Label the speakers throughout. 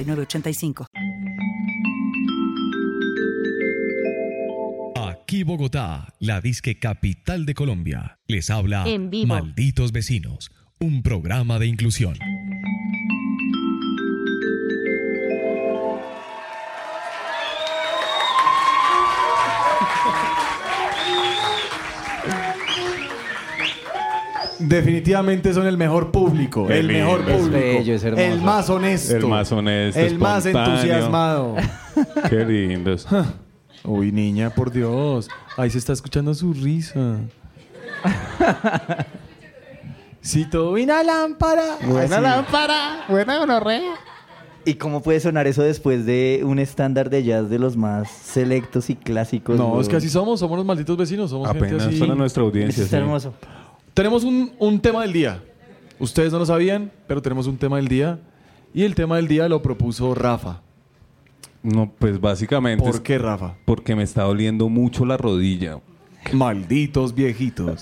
Speaker 1: 985.
Speaker 2: Aquí Bogotá, la disque capital de Colombia. Les habla
Speaker 3: En vivo.
Speaker 2: Malditos Vecinos, un programa de inclusión.
Speaker 4: Definitivamente son el mejor público. El,
Speaker 5: El
Speaker 4: mejor
Speaker 5: lindo.
Speaker 4: público.
Speaker 6: Es bello, es hermoso.
Speaker 4: el más honesto.
Speaker 5: El más honesto,
Speaker 4: El más
Speaker 5: espontáneo.
Speaker 4: entusiasmado.
Speaker 5: Qué lindos.
Speaker 4: Uy, niña, por Dios. Ahí se está escuchando su risa. Si todo una lámpara.
Speaker 6: Buena
Speaker 4: Así.
Speaker 6: lámpara, buena gonorrea. ¿Y cómo puede sonar eso después de un estándar de jazz de los más selectos y clásicos?
Speaker 4: No,
Speaker 6: weón?
Speaker 4: es que así somos, somos los malditos vecinos, somos gente
Speaker 5: Apenas
Speaker 4: así.
Speaker 5: para nuestra
Speaker 6: Eso
Speaker 5: audiencia.
Speaker 6: está
Speaker 5: sí.
Speaker 6: hermoso.
Speaker 4: Tenemos un, un tema del día. Ustedes no lo sabían, pero tenemos un tema del día. Y el tema del día lo propuso Rafa.
Speaker 5: No, pues básicamente es
Speaker 4: ¿Por qué, Rafa?
Speaker 5: porque me está doliendo mucho la rodilla.
Speaker 4: Malditos viejitos.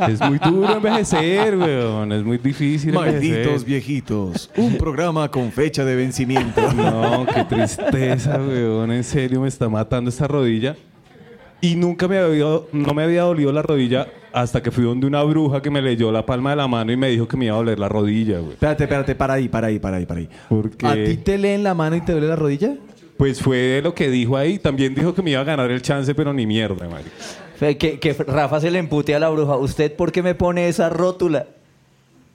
Speaker 5: Es muy duro envejecer, weón. Es muy difícil
Speaker 4: Malditos
Speaker 5: envejecer.
Speaker 4: viejitos. Un programa con fecha de vencimiento.
Speaker 5: No, qué tristeza, weón. En serio, me está matando esta rodilla. Y nunca me había, no me había dolido la rodilla hasta que fui donde una bruja que me leyó la palma de la mano y me dijo que me iba a doler la rodilla, weón.
Speaker 4: Espérate, espérate, para ahí, para ahí, para ahí, para ahí.
Speaker 5: ¿Por qué?
Speaker 4: ¿A ti te leen la mano y te duele la rodilla?
Speaker 5: Pues fue lo que dijo ahí. También dijo que me iba a ganar el chance, pero ni mierda, marica.
Speaker 6: Fe- Que, que Rafa se le empute a la bruja. ¿Usted por qué me pone esa rótula?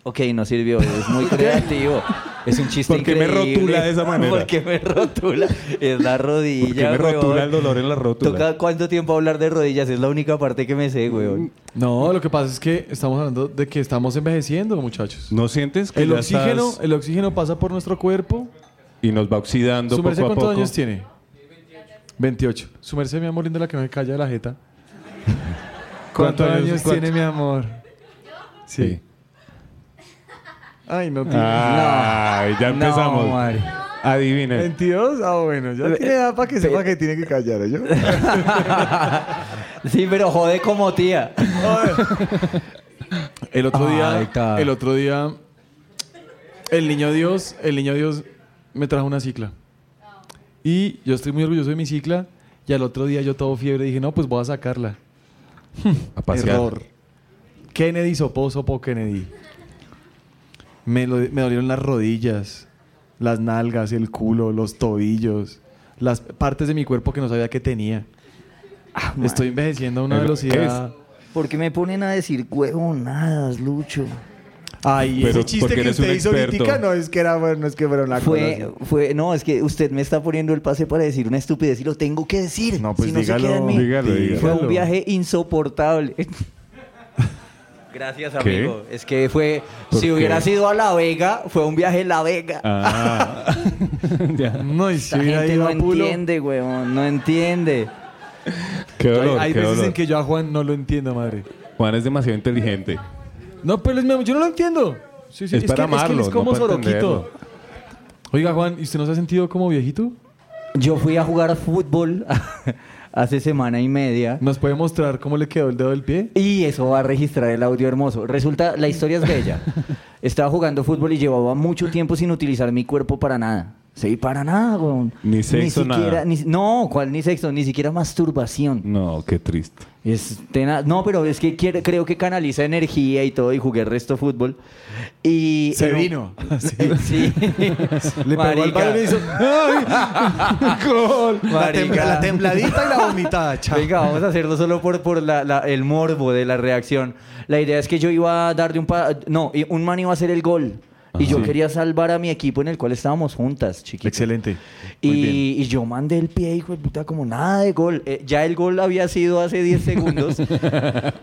Speaker 6: Ok, no sirvió. Es muy creativo. Es un chiste
Speaker 5: ¿Por qué me
Speaker 6: increíble.
Speaker 5: rotula de esa manera?
Speaker 6: ¿Por qué me rotula? Es la rodilla,
Speaker 5: ¿Por qué me
Speaker 6: weón.
Speaker 5: rotula el dolor en la rótula?
Speaker 6: eh. ¿Toca cuánto tiempo hablar de rodillas? Es la única parte que me sé, weón.
Speaker 4: No, lo que pasa es que estamos hablando de que estamos envejeciendo, muchachos.
Speaker 5: ¿No sientes que
Speaker 4: El
Speaker 5: ya
Speaker 4: oxígeno,
Speaker 5: estás-
Speaker 4: el oxígeno pasa por nuestro cuerpo.
Speaker 5: y nos va oxidando
Speaker 4: ¿Su
Speaker 5: poco a
Speaker 4: merced
Speaker 5: poco?
Speaker 4: cuántos años tiene? 28. Su merced, mi amor, linda, la que no se calla de la jeta.
Speaker 5: ¿Cuántos
Speaker 4: ¿Cuántos
Speaker 5: años-
Speaker 4: años
Speaker 5: cuánto-
Speaker 4: tiene, mi amor?
Speaker 5: Sí.
Speaker 4: Ay, no, tío. Ah.
Speaker 5: Ay, ya empezamos.
Speaker 6: madre.
Speaker 5: Adivinen.
Speaker 4: 22, ah, bueno, ya tiene edad para que sepa que tiene que callar, ¿oyó?
Speaker 6: Sí, pero jode como tía.
Speaker 4: El otro
Speaker 6: Ay,
Speaker 4: día,
Speaker 6: ta.
Speaker 4: el otro día, el niño Dios, el niño Dios me trajo una cicla. Y yo estoy muy orgulloso de mi cicla. Y al otro día yo todo fiebre dije, no, pues voy a sacarla.
Speaker 5: A pasear.
Speaker 4: Error. Kennedy sopó, sopó Kennedy. Me, lo- me dolieron las rodillas, las nalgas, el culo, los tobillos, las partes de mi cuerpo que no sabía que tenía. Ah, Estoy envejeciendo a una
Speaker 5: Eh,
Speaker 4: velocidad.
Speaker 6: ¿Por qué me ponen a decir huevonadas, Lucho?
Speaker 4: Ay,
Speaker 5: Pero porque eres un experto.
Speaker 4: es que era bueno, no es que fuera una
Speaker 6: Fue, fue, no, es que usted me está poniendo el pase para decir una estupidez y lo tengo que decir.
Speaker 4: No, pues
Speaker 6: si no
Speaker 4: dígalo,
Speaker 6: se queda en mí.
Speaker 5: dígalo, dígalo.
Speaker 6: Fue un viaje insoportable. Gracias,
Speaker 5: ¿Qué?
Speaker 6: amigo. Es que fue,
Speaker 5: ¿Por
Speaker 6: si
Speaker 5: qué?
Speaker 6: hubiera sido a La Vega, fue un viaje a La Vega.
Speaker 5: Ah. Ya.
Speaker 4: No, y si
Speaker 6: Esta
Speaker 4: hubiera
Speaker 6: gente
Speaker 4: ido
Speaker 6: no
Speaker 4: a Pulo.
Speaker 6: entiende, huevón, no entiende.
Speaker 5: Qué dolor,
Speaker 4: hay hay
Speaker 5: qué
Speaker 4: veces
Speaker 5: dolor.
Speaker 4: en que yo a Juan no lo entiendo, madre.
Speaker 5: Juan es demasiado inteligente.
Speaker 4: No, pero es mi amor, yo no lo entiendo. Sí, sí,
Speaker 5: Es para
Speaker 4: que,
Speaker 5: amarlo,
Speaker 4: es que él es
Speaker 5: no
Speaker 4: como
Speaker 5: para
Speaker 4: Soroquito.
Speaker 5: entenderlo.
Speaker 4: Oiga, Juan, ¿y usted no se ha sentido como viejito?
Speaker 6: Yo fui a jugar fútbol hace semana y media.
Speaker 4: ¿Nos puede mostrar cómo le quedó el dedo del pie?
Speaker 6: Y eso va a registrar el audio hermoso. Resulta, la historia es bella. Estaba jugando fútbol y llevaba mucho tiempo sin utilizar mi cuerpo para nada. Sí, para nada, weón.
Speaker 5: Ni sexo,
Speaker 6: siquiera,
Speaker 5: nada.
Speaker 6: ni- no, ¿cuál ni sexo? Ni siquiera masturbación.
Speaker 5: No, qué triste.
Speaker 6: Es tenaz. No, pero es que quiere- creo que canaliza energía y todo, y jugué el resto fútbol. Y
Speaker 4: Se
Speaker 6: en un-
Speaker 4: vino.
Speaker 6: Sí.
Speaker 4: Le pegó al
Speaker 6: Marica.
Speaker 4: balón y hizo. ¡Ay! ¡Gol! La,
Speaker 6: Marica.
Speaker 4: tembla- la tembladita y la vomitada, chao.
Speaker 6: Venga, vamos a hacerlo solo por, por la- la- el morbo de la reacción. La idea es que yo iba a darle un pa- No, y un man iba a hacer el gol. Y yo quería salvar a mi equipo en el cual estábamos juntas, chiquitos.
Speaker 4: Excelente. Muy bien.
Speaker 6: Y, y yo mandé el pie, hijo de puta, como nada de gol. Eh, ya el gol había sido hace 10 segundos,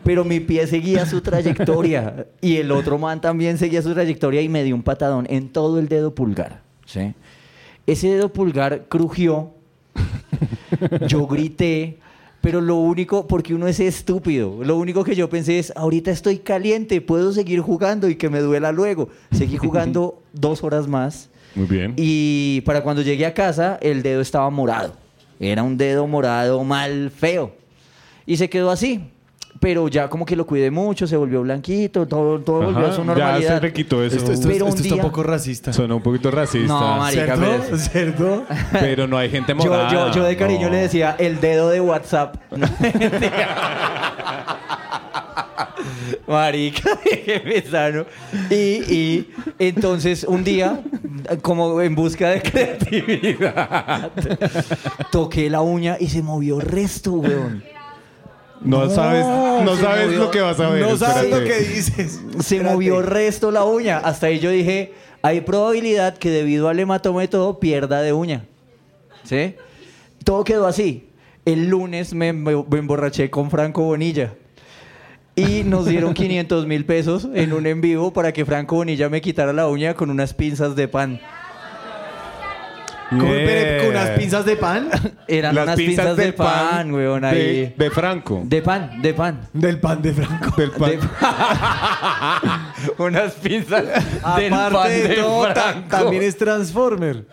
Speaker 6: pero mi pie seguía su trayectoria. Y el otro man también seguía su trayectoria y me dio un patadón en todo el dedo pulgar. ¿sí? Ese dedo pulgar crujió, yo grité, pero lo único, porque uno es estúpido, lo único que yo pensé es, ahorita estoy caliente, puedo seguir jugando y que me duela luego. Seguí jugando dos horas más.
Speaker 5: Muy bien.
Speaker 6: Y para cuando llegué a casa, el dedo estaba morado. Era un dedo morado mal feo. Y se quedó así. Pero ya como que lo cuidé mucho, se volvió blanquito, todo, todo volvió a
Speaker 5: Ajá,
Speaker 6: su
Speaker 5: ya se
Speaker 6: normalidad.
Speaker 5: le quitó eso.
Speaker 4: Esto, esto es-
Speaker 6: Pero un
Speaker 4: esto está
Speaker 6: día-
Speaker 4: un poco racista.
Speaker 5: Suena un poquito racista.
Speaker 6: No, marica, pero
Speaker 4: ¿Cerdo?
Speaker 6: es-
Speaker 4: ¿Cerdo?
Speaker 5: Pero no hay gente
Speaker 6: yo,
Speaker 5: morada.
Speaker 6: yo, yo de cariño
Speaker 5: No.
Speaker 6: le decía el dedo de WhatsApp. Marica, qué pesado. Y, y entonces un día, como en busca de creatividad, toqué la uña y se movió resto, weón.
Speaker 5: No,
Speaker 6: No,
Speaker 5: sabes, no
Speaker 6: se
Speaker 5: sabes
Speaker 6: movió.
Speaker 5: lo que vas a ver.
Speaker 4: No sabes lo
Speaker 5: espérate.
Speaker 4: que dices.
Speaker 6: Se
Speaker 4: Espérate.
Speaker 6: movió resto la uña. Hasta ahí yo dije, hay probabilidad que debido al hematoma y todo pierda de uña. ¿Sí? Todo quedó así. El lunes me, me- me emborraché con Franco Bonilla. Y nos dieron 500 mil pesos en un en vivo para que Franco Bonilla me quitara la uña con unas pinzas de pan.
Speaker 4: ¿Cómo
Speaker 5: Yeah.
Speaker 4: espere, con unas pinzas de pan?
Speaker 6: Eran
Speaker 5: Las
Speaker 6: unas pinzas, de, pan, weón, ahí.
Speaker 5: De, de Franco.
Speaker 6: de pan, de pan.
Speaker 4: Del pan de Franco.
Speaker 5: Del pan.
Speaker 6: De- unas pinzas del pan
Speaker 4: Aparte de
Speaker 6: de
Speaker 4: todo, ta-
Speaker 6: Franco.
Speaker 4: también es Transformer.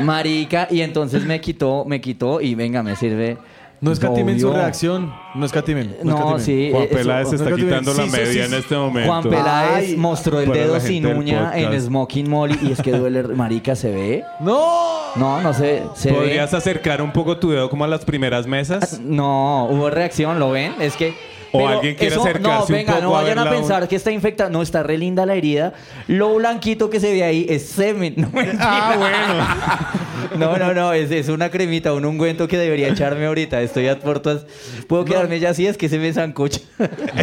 Speaker 6: Marica, y entonces me quitó, me quitó y venga, me sirve.
Speaker 4: No escatimen su
Speaker 6: Obvio.
Speaker 4: reacción. No escatimen.
Speaker 6: No,
Speaker 4: escatimen.
Speaker 6: sí.
Speaker 5: Juan
Speaker 6: eh, eso-
Speaker 5: Peláez está
Speaker 4: no te-
Speaker 5: quitando
Speaker 4: sí,
Speaker 5: la
Speaker 4: sí,
Speaker 5: media
Speaker 4: sí,
Speaker 5: en
Speaker 4: sí.
Speaker 5: este momento.
Speaker 6: Juan Peláez
Speaker 4: Ay,
Speaker 6: mostró el
Speaker 5: para la
Speaker 6: dedo
Speaker 5: gente
Speaker 6: sin
Speaker 5: del
Speaker 6: uña
Speaker 5: podcast.
Speaker 6: en Smoking Molly y es que duele, marica, ¿se ve?
Speaker 4: ¡No!
Speaker 6: No, no se, se ve.
Speaker 5: ¿Podrías acercar un poco tu dedo como a las primeras mesas?
Speaker 6: No, hubo reacción, ¿lo ven? Es que...
Speaker 5: O
Speaker 6: pero
Speaker 5: alguien quiere acercarse
Speaker 6: No,
Speaker 5: un
Speaker 6: venga, no
Speaker 5: poco a
Speaker 6: vayan a,
Speaker 5: verla,
Speaker 6: pensar que está infectada. No, está re linda la herida. Lo blanquito que se ve ahí es semen. No, ah, bueno. No, no, no, es, es una cremita, un ungüento que debería echarme ahorita. Estoy a puertas. Puedo quedarme ya así, es que se me zancocha.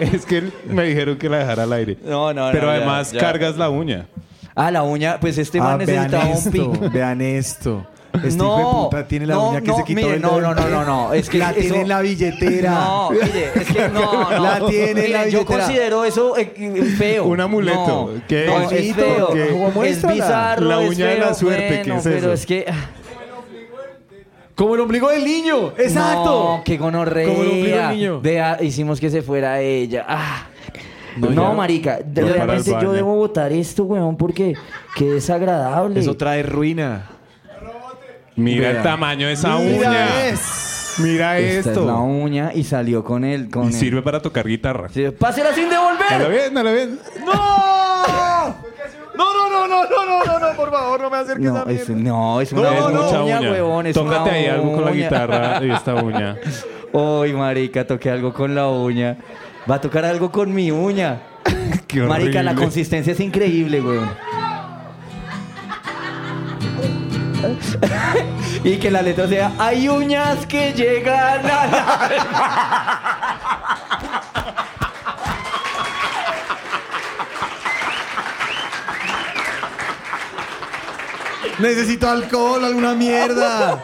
Speaker 5: es que me dijeron que la dejara al aire.
Speaker 6: No, no, no,
Speaker 5: Pero
Speaker 6: ya,
Speaker 5: además
Speaker 6: ya.
Speaker 5: cargas la uña.
Speaker 6: Ah, la uña, pues este man
Speaker 4: Ah,
Speaker 6: necesitaba un pin.
Speaker 4: vean esto. Este
Speaker 6: No,
Speaker 4: hijo de puta tiene la
Speaker 6: no,
Speaker 4: uña que
Speaker 6: no,
Speaker 4: se quitó
Speaker 6: mire,
Speaker 4: del
Speaker 6: no,
Speaker 4: dedo.
Speaker 6: no, no, no, no, es que
Speaker 4: la
Speaker 6: eso-
Speaker 4: tiene en la billetera.
Speaker 6: No, mire, es que no, no.
Speaker 4: La tiene
Speaker 6: Mire,
Speaker 4: la
Speaker 6: Yo
Speaker 4: billetera.
Speaker 6: considero eso eh, feo.
Speaker 5: Un amuleto,
Speaker 6: No,
Speaker 5: que
Speaker 6: no,
Speaker 5: es
Speaker 6: es
Speaker 5: bonito,
Speaker 6: feo.
Speaker 5: que-
Speaker 4: Como
Speaker 6: es
Speaker 4: muéstrala.
Speaker 6: bizarro,
Speaker 5: La
Speaker 6: es
Speaker 5: uña de la
Speaker 6: feo,
Speaker 5: suerte, ¿qué
Speaker 6: bueno,
Speaker 5: es
Speaker 6: Pero
Speaker 5: eso?
Speaker 6: es que ah,
Speaker 4: Como el ombligo del niño. Exacto.
Speaker 6: No, qué gonorrea.
Speaker 4: Como el ombligo del niño.
Speaker 6: Vea, hicimos que se fuera ella. Ah. No,
Speaker 4: ya.
Speaker 6: marica, de-
Speaker 5: para el
Speaker 6: realmente yo
Speaker 5: baño.
Speaker 6: debo votar esto, weón, porque qué desagradable.
Speaker 4: Eso trae ruina.
Speaker 5: Mira
Speaker 4: Vea.
Speaker 5: el tamaño de esa
Speaker 4: Mira
Speaker 5: uña.
Speaker 4: es.
Speaker 5: Mira
Speaker 6: Esta es la
Speaker 5: esto.
Speaker 6: uña y salió con él. Con
Speaker 5: Y
Speaker 6: el-
Speaker 5: sirve para tocar guitarra.
Speaker 6: Sí, ¡Pásela sin
Speaker 5: ¿No la
Speaker 6: devolver!
Speaker 5: ves? ¿No la ves?
Speaker 4: ¡No! No, no, no, no, no, no, no, no, por favor, no me acerques a
Speaker 6: No,
Speaker 4: mí.
Speaker 6: es, no, es
Speaker 5: No,
Speaker 6: una
Speaker 5: es mucha
Speaker 6: uña,
Speaker 5: uña.
Speaker 6: huevón. Es
Speaker 5: Tócate
Speaker 6: una
Speaker 5: ahí algo con la
Speaker 6: uña.
Speaker 5: guitarra y esta uña.
Speaker 6: Uy, marica, toqué algo con la uña. Va a tocar algo con mi uña.
Speaker 5: Qué
Speaker 6: marica, la
Speaker 5: horrible.
Speaker 6: consistencia es increíble, weón. y que la letra sea Hay uñas que llegan a la...
Speaker 4: Necesito alcohol, alguna mierda.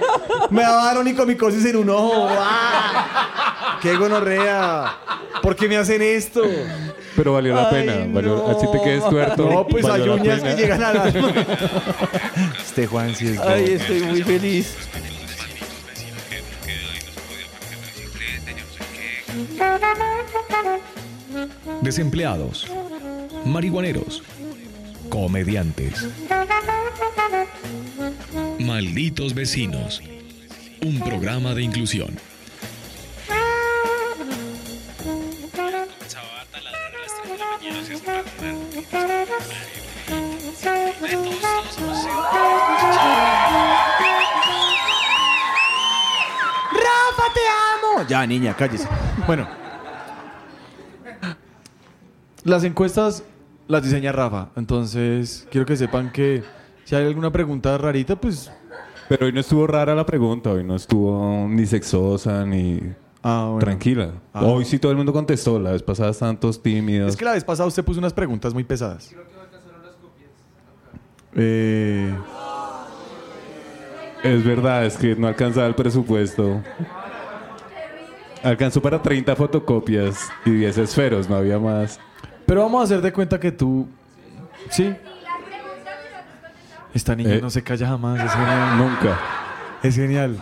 Speaker 4: Me lavaron y con micosis en un ojo. ¡Ah! ¡Qué gonorrea! ¿Por qué me hacen esto?
Speaker 5: Pero valió la
Speaker 6: Ay,
Speaker 5: pena. valió-
Speaker 6: no.
Speaker 5: Así te quedes tuerto.
Speaker 4: No, pues hay
Speaker 5: valió la
Speaker 4: uñas
Speaker 5: pena.
Speaker 4: que llegan al alma. Este Juan sí es
Speaker 6: Ay, estoy muy feliz.
Speaker 2: Desempleados, marihuaneros, comediantes, malditos vecinos. Un programa de inclusión.
Speaker 3: Thank you.
Speaker 4: No, ya, niña, cállese. Bueno. Las encuestas las diseña Rafa. Entonces, quiero que sepan que si hay alguna pregunta rarita, pues.
Speaker 5: Pero hoy no estuvo rara la pregunta, hoy no estuvo ni sexosa ni
Speaker 4: Ah, bueno.
Speaker 5: tranquila.
Speaker 4: Ah.
Speaker 5: Hoy sí todo el mundo contestó, la vez pasada estaban todos tímidos.
Speaker 4: Es que la vez pasada usted puso unas preguntas muy pesadas. Eh,
Speaker 5: Es verdad, es que no alcanzaba el presupuesto. Alcanzó para 30 fotocopias y 10 esferos, no había más.
Speaker 4: pero vamos a hacer de cuenta que tú. Sí. Esta niña
Speaker 5: Eh.
Speaker 4: no se calla jamás. Es genial.
Speaker 5: Nunca.
Speaker 4: Es genial.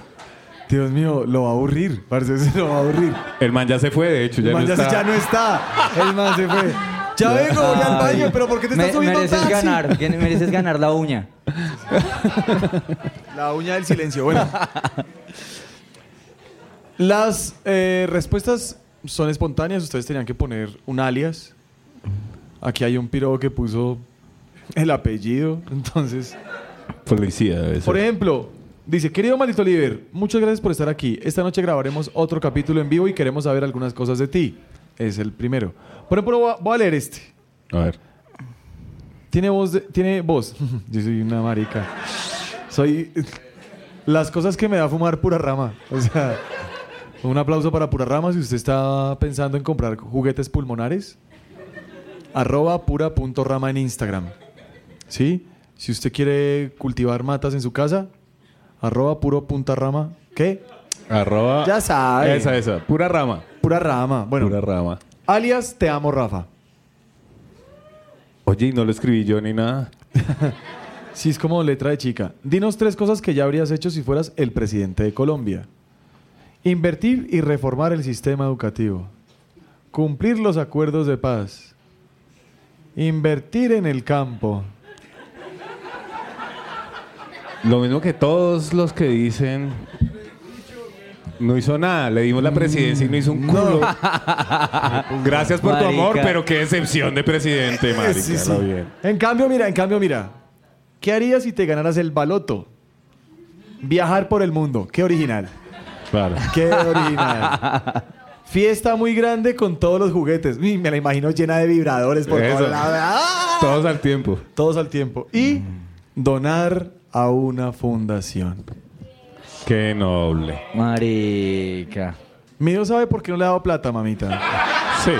Speaker 4: Dios mío, lo va a aburrir. Parce, se lo va a aburrir.
Speaker 5: El man ya se fue, de hecho, ya
Speaker 4: el man
Speaker 5: no
Speaker 4: ya, se-
Speaker 5: está.
Speaker 4: ya no está. El man se fue. Ya vengo, voy al baño, pero ¿por qué te
Speaker 6: Me-
Speaker 4: estás subiendo a un
Speaker 6: mereces
Speaker 4: taxi?
Speaker 6: ganar, que- mereces ganar la uña.
Speaker 4: La uña del silencio. Bueno. Las eh, respuestas son espontáneas. Ustedes tenían que poner un alias. Aquí hay un piro que puso el apellido. Entonces,
Speaker 5: Policía, debe ser.
Speaker 4: por e- ejemplo, dice, querido maldito Oliver, muchas gracias por estar aquí. Esta noche grabaremos otro capítulo en vivo y queremos saber algunas cosas de ti. Es el primero. Por ejemplo, voy a- voy a leer este.
Speaker 5: A ver.
Speaker 4: Tiene voz, de- tiene voz. Yo soy una marica. Soy las cosas que me da fumar pura rama. O sea, un aplauso para pura rama si usted está pensando en comprar juguetes pulmonares. Arroba pura.rama en Instagram. ¿Sí? Si usted quiere cultivar matas en su casa, arroba puro.rama. ¿Qué?
Speaker 5: Arroba.
Speaker 4: Ya sabe.
Speaker 5: Esa, esa. Pura rama.
Speaker 4: Pura rama. Bueno,
Speaker 5: Pura rama.
Speaker 4: alias te amo, Rafa.
Speaker 5: Oye, y no lo escribí yo ni nada.
Speaker 4: Sí, es como letra de chica. Dinos tres cosas que ya habrías hecho si fueras el presidente de Colombia. Invertir y reformar el sistema educativo. Cumplir los acuerdos de paz. Invertir en el campo.
Speaker 5: Lo mismo que todos los que dicen. No hizo nada, le dimos la presidencia y no hizo un culo. Gracias por tu
Speaker 6: Marica.
Speaker 5: amor, pero qué decepción de presidente, marica.
Speaker 4: Sí, sí.
Speaker 5: lo bien.
Speaker 4: En cambio, mira, en cambio, mira. ¿Qué harías si te ganaras el baloto? Viajar por el mundo. Qué original.
Speaker 5: Claro.
Speaker 4: Qué original. Fiesta muy grande con todos los juguetes. Y me la imagino llena de vibradores por
Speaker 5: Eso.
Speaker 4: todos lados. ¡Ah!
Speaker 5: Todos al tiempo.
Speaker 4: Todos al tiempo. Y
Speaker 5: Mm.
Speaker 4: donar a una fundación.
Speaker 5: Qué noble.
Speaker 6: Marica.
Speaker 4: Mi Dios sabe por qué no le he dado plata, mamita.
Speaker 5: Sí.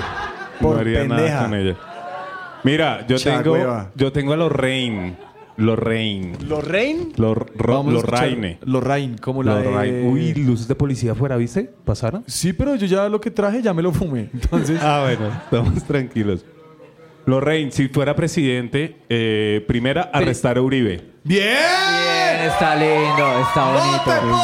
Speaker 4: Por
Speaker 5: no haría
Speaker 4: pendeja.
Speaker 5: nada con ella. Mira, yo
Speaker 4: Cha
Speaker 5: tengo,
Speaker 4: hueva.
Speaker 5: yo tengo a Lorraine. Lorraine.
Speaker 4: ¿Lorraine?
Speaker 5: Lor, ro-
Speaker 4: Vamos a escuchar
Speaker 5: Lorraine.
Speaker 4: Lorraine, como la de-
Speaker 5: Lorraine. Uy, luces de policía afuera, ¿viste? ¿Pasaron?
Speaker 4: Sí, pero yo ya lo que traje ya me lo fumé. Entonces,
Speaker 5: Ah, bueno, estamos tranquilos. Lorraine, si fuera presidente, eh, primera, arrestar a Uribe.
Speaker 6: Bien, está lindo, está bonito.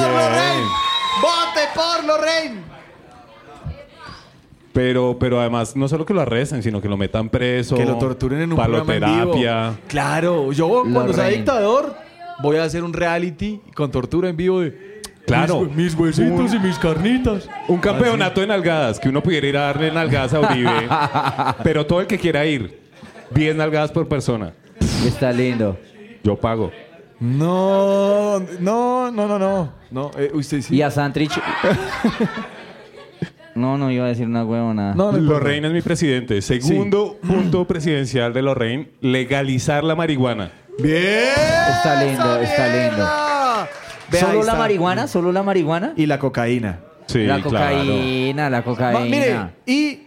Speaker 5: Pero, pero además, no solo que lo arresten, sino que lo metan preso.
Speaker 4: que lo torturen en un programa en
Speaker 5: Paloterapia.
Speaker 4: vivo. Claro, yo cuando sea
Speaker 6: Lorraine.
Speaker 4: dictador voy a hacer un reality con tortura en vivo de
Speaker 5: Claro.
Speaker 4: mis, hue- mis huesitos y mis carnitas.
Speaker 5: Un
Speaker 4: Ah,
Speaker 5: campeonato de nalgadas, que uno pudiera ir a darle nalgadas a Uribe. pero todo el que quiera ir, 10 nalgadas por persona.
Speaker 6: Está lindo.
Speaker 5: Yo pago.
Speaker 4: No, no, no, no, no. No, eh, usted sí.
Speaker 6: Y a Santrich. No, no iba a decir una huevona.
Speaker 4: No, no importa.
Speaker 5: Lorraine es mi presidente. Segundo punto presidencial de Lorraine, legalizar la marihuana.
Speaker 6: Está lindo, está lindo.
Speaker 4: Vea, ahí
Speaker 6: ¿Solo la
Speaker 4: está. Mm.
Speaker 6: marihuana? ¿Solo la marihuana?
Speaker 4: Y la cocaína.
Speaker 5: Sí,
Speaker 6: la
Speaker 5: claro.
Speaker 6: cocaína, la cocaína.
Speaker 4: Ma- mire, y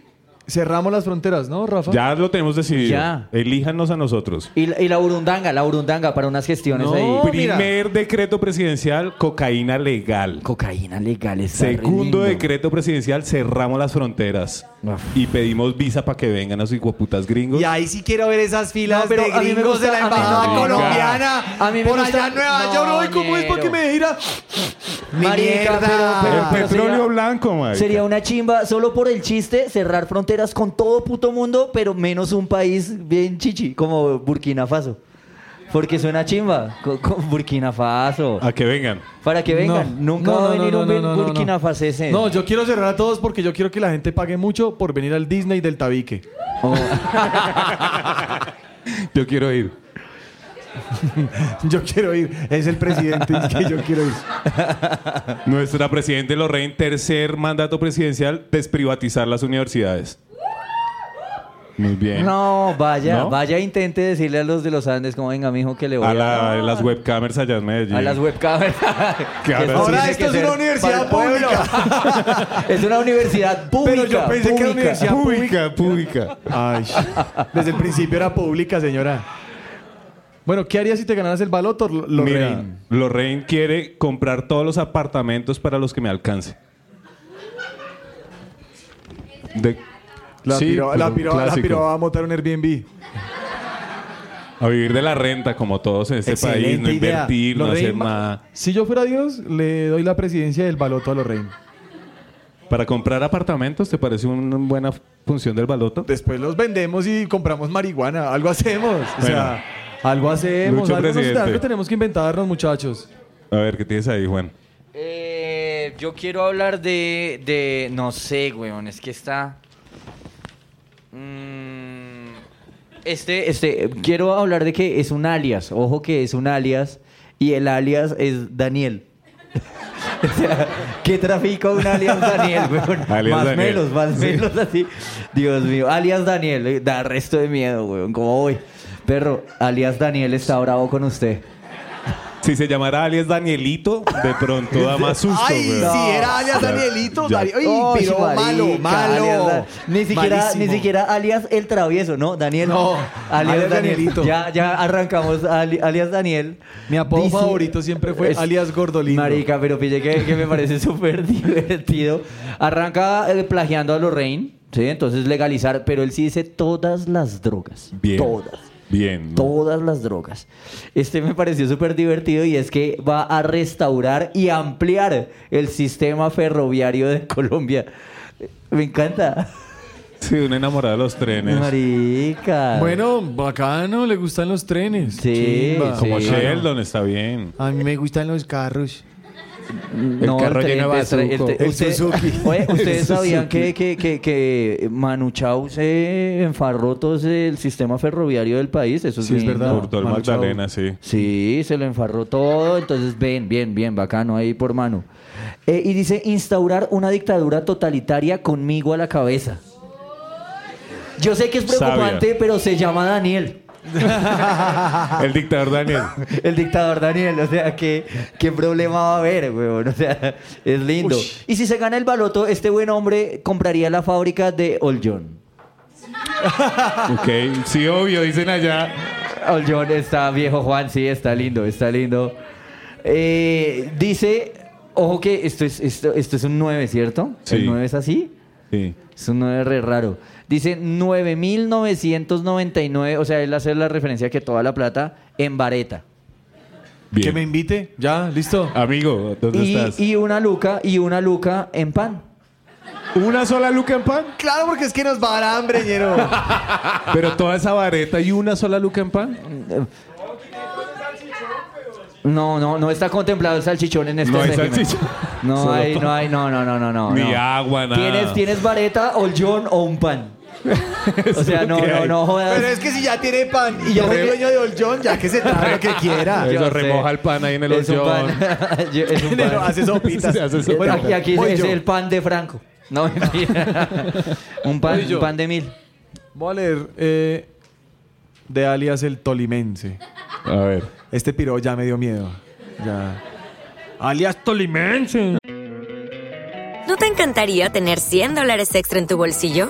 Speaker 4: cerramos las fronteras, ¿no, Rafa?
Speaker 5: Ya lo tenemos decidido.
Speaker 6: Ya.
Speaker 5: Elíjanos a nosotros.
Speaker 6: Y la, y la burundanga, la burundanga para unas gestiones
Speaker 4: No.
Speaker 6: ahí.
Speaker 4: mira.
Speaker 5: Primer decreto presidencial, cocaína legal.
Speaker 6: Cocaína legal, está re
Speaker 5: Segundo
Speaker 6: lindo.
Speaker 5: decreto presidencial, cerramos las fronteras.
Speaker 6: Uf.
Speaker 5: Y pedimos visa para que vengan a sus hijueputas gringos.
Speaker 4: ahí sí quiero ver esas filas
Speaker 6: No, pero a mí me gusta- a mí me
Speaker 5: gusta-
Speaker 6: A mí me gusta- No, negro.
Speaker 4: dirá? Mi
Speaker 6: Marica,
Speaker 4: mierda.
Speaker 6: pero-
Speaker 5: El
Speaker 6: pero-
Speaker 5: petróleo
Speaker 6: sería-
Speaker 5: blanco, marica.
Speaker 6: Sería una chimba solo por el chiste cerrar fronteras con todo puto mundo, pero menos un país bien chichi, como Burkina Faso. Porque suena chimba, con, con Burkina Faso.
Speaker 5: A que vengan.
Speaker 6: Para que vengan, nunca va a venir un
Speaker 4: burkinafasense.
Speaker 6: Burkina Fasese.
Speaker 4: No, yo quiero cerrar a todos porque yo quiero que la gente pague mucho por venir al Disney del tabique.
Speaker 5: Yo quiero ir.
Speaker 4: Yo quiero ir. Es el presidente es que yo quiero ir.
Speaker 5: Nuestra presidente Lorraine, tercer mandato presidencial, desprivatizar las universidades. Muy bien.
Speaker 6: No, vaya,
Speaker 5: ¿No?
Speaker 6: vaya, intente decirle a los de los Andes como venga, mijo, que le voy a,
Speaker 5: A, la- las webcamers allá en Medellín.
Speaker 6: a las webcams.
Speaker 5: Que ahora
Speaker 6: Pues
Speaker 5: sí.
Speaker 4: Ahora esto es una universidad
Speaker 6: pública. es una universidad pública.
Speaker 4: Pero yo pensé que era
Speaker 6: pública.
Speaker 4: universidad pública.
Speaker 5: pública, pública.
Speaker 4: Ay, desde el principio era pública, señora. Bueno, ¿qué harías si te ganaras el baloto, Lorraine?
Speaker 5: Mira, Lorraine quiere comprar todos los apartamentos para los que me alcance. De-
Speaker 4: La,
Speaker 5: Sí,
Speaker 4: piro- la,
Speaker 5: pero
Speaker 4: piro- la
Speaker 5: clásico.
Speaker 4: piro va a montar un Airbnb.
Speaker 5: A vivir de la renta, como todos en este país, no
Speaker 4: idea.
Speaker 5: invertir, no
Speaker 4: Lorraine
Speaker 5: hacer
Speaker 4: ma-
Speaker 5: nada.
Speaker 4: Si yo fuera Dios, le doy la presidencia del baloto a Lorraine.
Speaker 5: Para comprar apartamentos, ¿te parece una buena función del baloto?
Speaker 4: Después los vendemos y compramos marihuana. Algo hacemos. O sea, algo hacemos.
Speaker 5: Lucho
Speaker 4: Algo, nos-
Speaker 5: presidente.
Speaker 4: algo tenemos que inventarnos, muchachos.
Speaker 5: A ver, ¿qué tienes ahí, Juan?
Speaker 6: Eh, yo quiero hablar de, de- No sé, weón, es que está. Mm, Este, este, quiero hablar de que es un alias. Ojo que es un alias. Y el alias es Daniel. o sea, ¿qué trafica un alias Daniel, weón?
Speaker 5: Alias
Speaker 6: más
Speaker 5: Daniel.
Speaker 6: menos, más
Speaker 5: Sí.
Speaker 6: menos así. Dios mío, alias Daniel, eh, da resto de miedo, weón. ¿Cómo voy? Perro, alias Daniel está bravo con usted.
Speaker 5: Si se llamara alias Danielito, de pronto da más susto. güey.
Speaker 6: sí, era
Speaker 4: alias
Speaker 5: Ya, Danielito, ya. Dani-
Speaker 6: Oh, sí, marica, alias Dan- ni siquiera, ni siquiera alias el travieso, ¿no? Daniel.
Speaker 4: No,
Speaker 6: alias, Daniel.
Speaker 4: alias Danielito.
Speaker 6: Ya, ya arrancamos ali- alias Daniel.
Speaker 4: Mi apodo
Speaker 6: Dice-
Speaker 4: favorito siempre fue
Speaker 6: Es-
Speaker 4: alias Gordolino.
Speaker 6: Marica, pero pille que, que me parece súper divertido. Arranca eh, plagiando a Lorraine, ¿sí? Entonces legalizar, pero él sí dice todas las drogas.
Speaker 5: Bien.
Speaker 6: Todas
Speaker 5: Bien.
Speaker 6: todas las drogas. Este me pareció súper divertido y es que va a restaurar y ampliar el sistema ferroviario de Colombia. Me encanta.
Speaker 5: Sí, una enamorada de los trenes.
Speaker 6: Marica.
Speaker 4: Bueno, bacano, le gustan los trenes.
Speaker 6: Sí,
Speaker 4: Chimba.
Speaker 5: Como
Speaker 6: sí.
Speaker 5: Sheldon, está bien.
Speaker 4: A mí me gustan los carros.
Speaker 6: no,
Speaker 5: carro lleno de
Speaker 6: tren-
Speaker 5: bazuco.
Speaker 6: tren-
Speaker 4: El
Speaker 6: usted-
Speaker 4: Mm, Suzuki.
Speaker 6: Oye, ustedes
Speaker 4: El
Speaker 6: sabían que,
Speaker 4: Suzuki.
Speaker 6: que, que, que Manu Chao se enfarró todo ese- el sistema ferroviario del país. Eso es,
Speaker 4: Sí, es
Speaker 6: lindo.
Speaker 4: verdad.
Speaker 5: Por todo el
Speaker 4: Manu Chao.
Speaker 5: Magdalena, sí.
Speaker 6: Sí, se lo enfarró todo. Entonces, bien, bien, bien, bacano ahí por mano. y dice, instaurar una dictadura totalitaria conmigo a la cabeza. Yo sé que es preocupante,
Speaker 5: Sabia.
Speaker 6: pero se llama Daniel.
Speaker 5: El dictador Daniel.
Speaker 6: El dictador Daniel, o sea, ¿qué, qué problema va a haber, weón? O sea, es lindo.
Speaker 4: Ush.
Speaker 6: Y si se gana el baloto, este buen hombre compraría la fábrica de Old John.
Speaker 5: Ok. Sí, obvio, dicen allá.
Speaker 6: Old John está viejo Juan, sí, está lindo, está lindo. Eh, dice, ojo que esto es, esto, esto es un 9, ¿cierto?
Speaker 5: Sí.
Speaker 6: El 9 es así.
Speaker 5: Sí.
Speaker 6: Es un 9 re raro. Dice 9.999, o sea, él hace la referencia que toda la plata en vareta.
Speaker 4: Que me
Speaker 5: Bien. Ah,
Speaker 4: invite. Ya, listo.
Speaker 5: Amigo, ¿dónde
Speaker 6: Y,
Speaker 5: estás?
Speaker 6: y una luca, y una luca en pan.
Speaker 5: ¿Una sola luca en pan?
Speaker 4: Claro, porque es que nos va a dar hambre, ñero.
Speaker 5: Pero toda esa vareta y una sola luca en pan.
Speaker 6: No, no, no está contemplado el salchichón en este
Speaker 5: No hay
Speaker 6: régimen.
Speaker 5: salchichón.
Speaker 6: No
Speaker 5: Solo
Speaker 6: hay,
Speaker 5: pan.
Speaker 6: no hay, no, no, no, no, no.
Speaker 5: Ni
Speaker 6: no.
Speaker 5: agua, nada.
Speaker 6: Tienes, tienes vareta, o el John o un pan. o sea,
Speaker 5: es lo
Speaker 6: no,
Speaker 5: que
Speaker 6: no,
Speaker 5: hay.
Speaker 6: no jodas.
Speaker 4: Pero es que si ya tiene pan y
Speaker 6: Yo
Speaker 4: ya es
Speaker 6: sé-
Speaker 4: dueño de Old John, ya que se trae lo que quiera.
Speaker 5: Eso
Speaker 6: Yo
Speaker 5: remoja
Speaker 6: sé.
Speaker 5: el pan ahí en el
Speaker 6: Es un pan.
Speaker 5: hoyón.
Speaker 6: Yo- es un pan.
Speaker 4: Pero hace sopitas.
Speaker 5: Se hace
Speaker 6: Eh,
Speaker 5: sopa.
Speaker 6: aquí aquí
Speaker 4: Voy
Speaker 6: es
Speaker 4: yo.
Speaker 6: el pan de Franco. No, mentira. un pan,
Speaker 4: Voy yo.
Speaker 6: un pan de mil.
Speaker 4: Voy a leer eh, de alias el tolimense.
Speaker 5: A ver.
Speaker 4: Este piro ya me dio miedo. Ya. Alias
Speaker 3: ¿No te encantaría tener 100 dólares extra en tu bolsillo?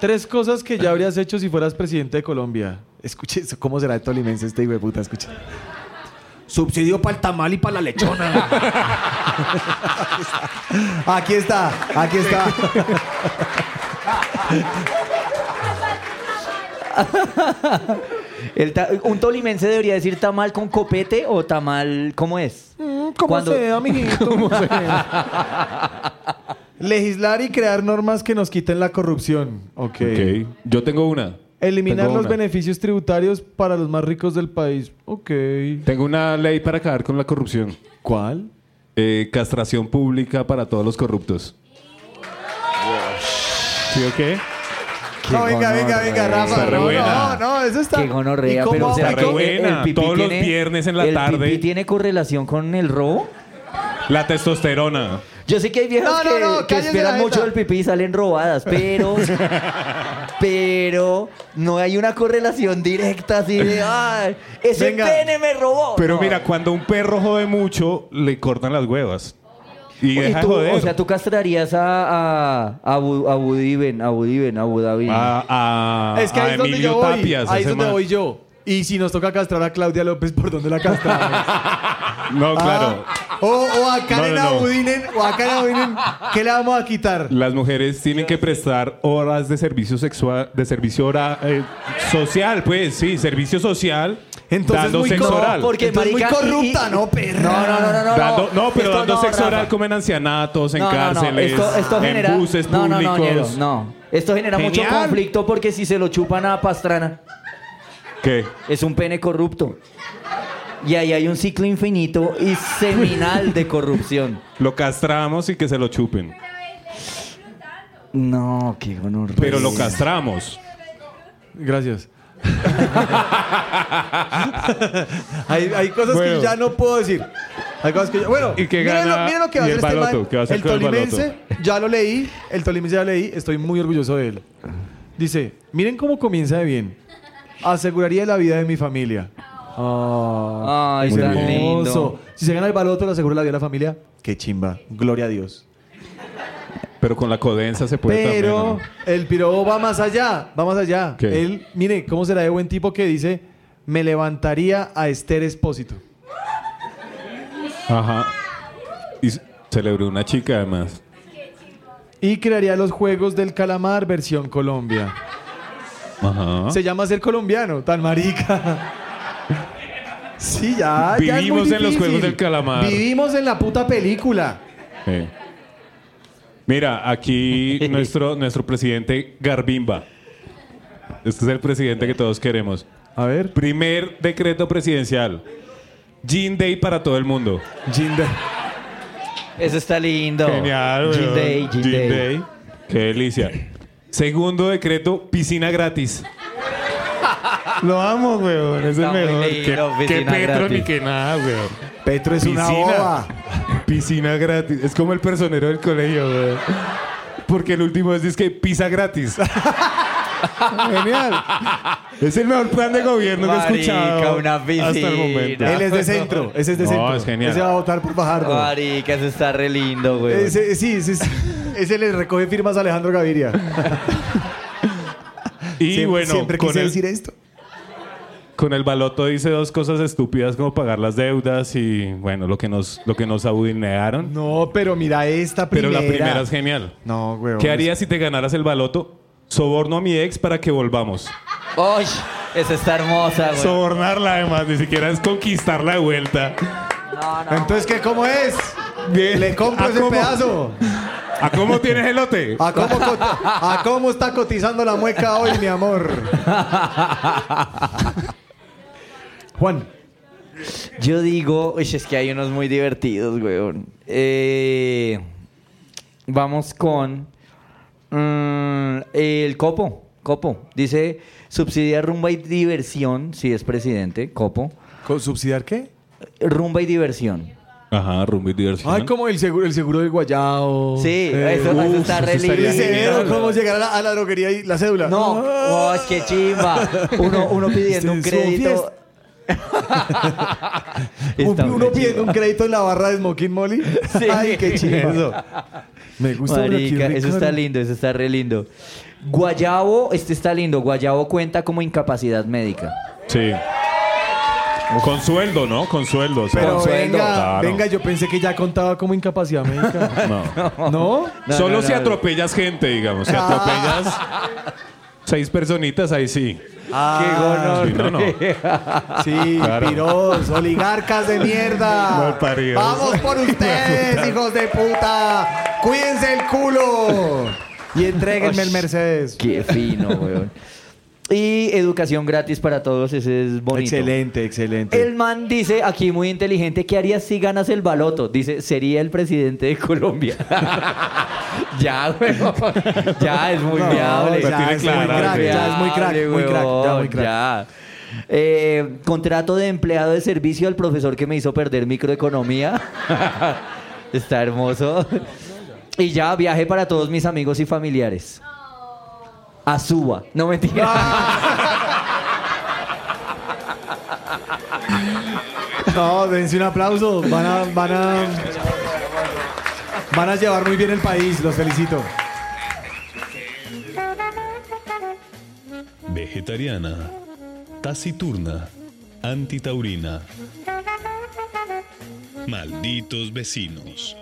Speaker 4: Tres cosas que ya habrías hecho si fueras presidente de Colombia. Escuche eso, ¿cómo será el tolimense este hijo de puta? Escucha.
Speaker 7: Subsidio para el tamal y para la lechona.
Speaker 4: Aquí está, aquí está.
Speaker 6: El ta- un tolimense debería decir tamal con copete o tamal, ¿cómo es?
Speaker 4: Mm, ¿Cómo
Speaker 6: Cuando-
Speaker 4: sea, mijito? ¿Cómo sea? Legislar y crear normas que nos quiten la corrupción. ok.
Speaker 5: Ok. Yo tengo una.
Speaker 4: Eliminar
Speaker 5: Tengo
Speaker 4: los
Speaker 5: una.
Speaker 4: beneficios tributarios para los más ricos del país. Ok.
Speaker 5: Tengo una ley para acabar con la corrupción.
Speaker 4: ¿Cuál?
Speaker 5: Eh, castración pública para todos los corruptos. ¿Sí o qué?
Speaker 4: No, venga, venga, venga, Rafa.
Speaker 5: Está re
Speaker 4: No, no,
Speaker 5: buena.
Speaker 4: no, eso está.
Speaker 6: Qué gonorrea,
Speaker 4: ¿Y cómo
Speaker 6: pero o sea,
Speaker 4: ahora
Speaker 6: que
Speaker 5: Está re
Speaker 6: el-
Speaker 5: buena,
Speaker 6: el pipí
Speaker 5: todos los
Speaker 6: tiene-
Speaker 5: viernes en la
Speaker 6: ¿El pipí
Speaker 5: tarde.
Speaker 6: tiene correlación con el robo?
Speaker 5: La testosterona.
Speaker 6: Yo sé que hay viejas
Speaker 4: No, no,
Speaker 6: que,
Speaker 4: no,
Speaker 6: que
Speaker 4: cállense
Speaker 6: esperan
Speaker 4: la
Speaker 6: mucho
Speaker 4: jeta.
Speaker 6: del pipí y salen robadas, pero... pero no hay una correlación directa así de... ¡Ay, ese
Speaker 4: Venga.
Speaker 6: pene me robó!
Speaker 5: Pero
Speaker 6: No.
Speaker 5: mira, cuando un perro jode mucho, le cortan las huevas. Y
Speaker 6: Oye,
Speaker 5: deja de
Speaker 6: tú,
Speaker 5: joder.
Speaker 6: o sea, tú castrarías a, a, a, Bu- a Budiven, a Budiven, a Abu Dhabi.
Speaker 5: Ah, a, a-
Speaker 4: Es que
Speaker 5: a
Speaker 4: ahí es donde
Speaker 5: Ah, Emilio
Speaker 4: yo voy.
Speaker 5: Tapias,
Speaker 4: ahí es
Speaker 5: ese
Speaker 4: donde
Speaker 5: man.
Speaker 4: voy yo. Y si nos toca castrar a Claudia López, ¿por dónde la castramos?
Speaker 5: No,
Speaker 4: Ah.
Speaker 5: claro.
Speaker 4: O, o a Karen
Speaker 5: No, no, no.
Speaker 4: Abudinen, o a Karen Abudinen, ¿qué le vamos a quitar?
Speaker 5: Las mujeres tienen que prestar horas de servicio sexual, de servicio ora- eh, social, pues sí, servicio social,
Speaker 4: Entonces
Speaker 5: dando
Speaker 4: muy
Speaker 5: sexo
Speaker 4: cor-
Speaker 5: oral.
Speaker 4: porque- Entonces, muy corrupta, ¿no, perra?
Speaker 6: No, no, no, no, no.
Speaker 5: Dando- no, pero
Speaker 6: Esto
Speaker 5: dando
Speaker 6: no,
Speaker 5: sexo
Speaker 6: Rafa.
Speaker 5: oral comen ancianatos, en
Speaker 6: No, no, no.
Speaker 5: cárceles,
Speaker 6: Esto, esto
Speaker 5: en
Speaker 6: genera,
Speaker 5: buses
Speaker 6: no, no, no, ñero,
Speaker 5: públicos.
Speaker 6: no. Esto genera mucho
Speaker 5: Genial.
Speaker 6: conflicto porque si se lo chupan a Pastrana,
Speaker 5: ¿Qué?
Speaker 6: es un pene corrupto. Y ahí hay un ciclo infinito y seminal de corrupción.
Speaker 5: Lo castramos y que se lo chupen.
Speaker 6: Pues No, qué honor.
Speaker 5: Pero lo castramos.
Speaker 4: Gracias. hay, hay cosas
Speaker 5: Bueno.
Speaker 4: que ya no puedo decir. Hay cosas que yo- bueno,
Speaker 5: ¿Y qué
Speaker 4: miren,
Speaker 5: gana-
Speaker 4: lo, miren lo que va a
Speaker 5: y el
Speaker 4: hacer este
Speaker 5: baloto?
Speaker 4: man.
Speaker 5: ¿Qué va a hacer
Speaker 4: el
Speaker 5: con el baloto?
Speaker 4: tolimense, ya lo leí, el tolimense ya lo leí, estoy muy orgulloso de él. Dice, miren cómo comienza de bien. Aseguraría la vida de mi familia. Ah,
Speaker 6: Ay,
Speaker 4: es
Speaker 6: tan
Speaker 4: hermoso.
Speaker 6: lindo.
Speaker 4: Si se gana el baloto, le aseguro la vida de la familia. Qué chimba. Gloria a Dios.
Speaker 5: Pero con la codensa se puede
Speaker 4: Pero
Speaker 5: Pues también,
Speaker 4: el piro va más allá, va más allá.
Speaker 5: ¿Qué?
Speaker 4: Él, mire, ¿cómo será de buen tipo que dice, me levantaría a Esther Espósito?
Speaker 5: ¿no? Ajá. Y s- celebró una chica además.
Speaker 4: Y crearía los Juegos del Calamar versión Colombia.
Speaker 5: Ajá.
Speaker 4: Se llama ser colombiano, tan marica. Sí, ya. ya es muy
Speaker 5: Vivimos en los
Speaker 4: difícil.
Speaker 5: Juegos del Calamar.
Speaker 4: Vivimos en la puta película.
Speaker 5: Sí. Mira, aquí nuestro, nuestro presidente Garbimba. Este es el presidente que todos queremos.
Speaker 4: A ver.
Speaker 5: Primer decreto presidencial. Jean Day para todo el mundo.
Speaker 4: Jinda.
Speaker 6: Eso está lindo.
Speaker 5: Genial,
Speaker 6: Jean
Speaker 5: weón.
Speaker 6: Day, Jean
Speaker 5: Jean
Speaker 6: Day.
Speaker 5: Day. Qué delicia. Segundo decreto, piscina gratis. Lo amo, weón. Es
Speaker 6: Está muy lindo,
Speaker 5: Que, que
Speaker 6: piscina
Speaker 5: Petro
Speaker 6: gratis.
Speaker 5: ni que nada, weón.
Speaker 4: Petro es una boba.
Speaker 5: Piscina gratis. Es como el personero del colegio, weón. Porque el último es, que pisa gratis. Genial. Es el mejor plan de gobierno que he
Speaker 6: Marica,
Speaker 5: escuchado
Speaker 6: una piscina.
Speaker 5: hasta el momento.
Speaker 4: Él es de centro. Ese es de
Speaker 5: No,
Speaker 4: centro.
Speaker 5: es genial.
Speaker 4: Ese va a votar por Fajardo.
Speaker 6: Marica, eso está re lindo, güey.
Speaker 4: Ese, sí, ese, es- ese le recoge firmas a Alejandro Gaviria.
Speaker 5: Y
Speaker 4: Siem-
Speaker 5: bueno,
Speaker 4: siempre
Speaker 5: con
Speaker 4: quise
Speaker 5: el-
Speaker 4: decir esto.
Speaker 5: Con el baloto dice dos cosas estúpidas como pagar las deudas y bueno, lo que nos, lo que nos abudinearon.
Speaker 4: No, pero mira esta
Speaker 5: Pero
Speaker 4: primera.
Speaker 5: la primera es genial.
Speaker 4: No, güey.
Speaker 5: ¿Qué harías si te ganaras el baloto? Soborno a mi ex para que volvamos.
Speaker 6: Oy, esa está hermosa, güey.
Speaker 5: Sobornarla además, ni siquiera es conquistarla de vuelta.
Speaker 4: Entonces, ¿qué cómo es? Le compro
Speaker 5: ¿A
Speaker 4: ese
Speaker 5: Ah, cómo?
Speaker 4: pedazo.
Speaker 5: ¿A cómo tienes el lote?
Speaker 4: ¿A cómo, cot- a cómo está cotizando la mueca hoy, mi amor? Juan,
Speaker 6: Yo digo, uy, es que hay unos muy divertidos, weón. Eh, vamos con Mm, el Copo, Copo. Dice, subsidiar rumba y diversión, si es presidente, Copo.
Speaker 4: ¿Co- ¿Subsidiar qué?
Speaker 6: Rumba y diversión.
Speaker 5: Ajá, rumbo y diversión.
Speaker 4: Ay, como el seguro, el seguro del guayao. Eh,
Speaker 6: Sí, eso- eso está re lindo.
Speaker 4: estaría
Speaker 6: Ese
Speaker 4: genial.
Speaker 6: dedo, ¿cómo
Speaker 4: llegar a la, droguería y la cédula? Ah.
Speaker 6: No, oh, es que chimba. Uno, uno pidiendo un
Speaker 4: Son
Speaker 6: crédito.
Speaker 4: fiestas.
Speaker 6: Está
Speaker 4: Un-
Speaker 6: muy
Speaker 4: uno pidiendo
Speaker 6: chimba.
Speaker 4: un crédito en la barra de Smoking Molly.
Speaker 6: Sí.
Speaker 4: Ay, qué chido. Eso. Me gusta pero qué
Speaker 6: Marica, eso
Speaker 4: rico.
Speaker 6: está lindo, eso está re lindo. Guayabo, este está lindo. Guayabo cuenta como incapacidad médica.
Speaker 5: Sí. Con sueldo, ¿no? Con sueldo. sí.
Speaker 4: Pero
Speaker 5: Con
Speaker 4: venga,
Speaker 5: sueldo. Claro.
Speaker 4: venga, yo pensé que ya contaba como incapacidad médica.
Speaker 5: No.
Speaker 4: ¿No?
Speaker 5: Solo
Speaker 6: no,
Speaker 5: si
Speaker 6: no.
Speaker 5: atropellas gente, digamos. Si atropellas seis personitas, ahí sí.
Speaker 6: Ah,
Speaker 5: Sí, no, no.
Speaker 4: Sí,
Speaker 5: Claro.
Speaker 4: piros, oligarcas de mierda.
Speaker 5: Mal paridos.
Speaker 4: Vamos por ustedes, hijos de puta. Cuídense el culo. Y entréguenme el Mercedes.
Speaker 6: Qué fino, weón. Y educación gratis para todos, ese es bonito.
Speaker 4: Excelente, excelente.
Speaker 6: El man dice aquí muy inteligente, ¿qué harías si ganas el baloto? Dice, sería el presidente de Colombia. ya, weón. Ya es muy
Speaker 4: No,
Speaker 6: viable.
Speaker 4: ya
Speaker 5: tiene
Speaker 4: es
Speaker 5: clara,
Speaker 4: muy crack,
Speaker 5: sí.
Speaker 4: ya es muy crack, muy crack, ya muy crack.
Speaker 6: ya. Eh, contrato de empleado de servicio al profesor que me hizo perder microeconomía. Está hermoso. Y ya, viaje para todos mis amigos y familiares. A Suba. No mentira.
Speaker 5: Ah.
Speaker 4: No, dense un aplauso. Van a, van a, van a llevar muy bien el país. Los felicito.
Speaker 2: Vegetariana, taciturna, antitaurina. Malditos vecinos.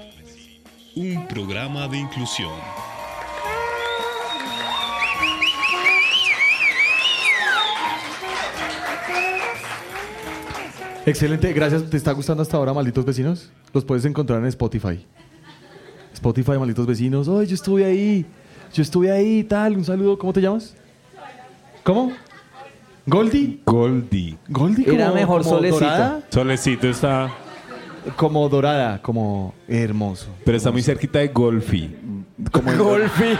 Speaker 2: Un programa de inclusión.
Speaker 4: Excelente, gracias. ¿Te está gustando hasta ahora, malditos vecinos? Los puedes encontrar en Spotify. Spotify, malditos vecinos. Ay, yo estuve ahí. Yo estuve ahí, tal. Un saludo. ¿Cómo te llamas? ¿Cómo? ¿Goldie?
Speaker 5: Goldie.
Speaker 4: ¿Goldie?
Speaker 6: Era
Speaker 4: como-
Speaker 6: mejor
Speaker 4: como
Speaker 6: Solecita.
Speaker 4: dorada?
Speaker 5: Solecito está.
Speaker 4: Como dorada, como hermoso.
Speaker 5: Pero está muy cerquita de Golfi. Golfi.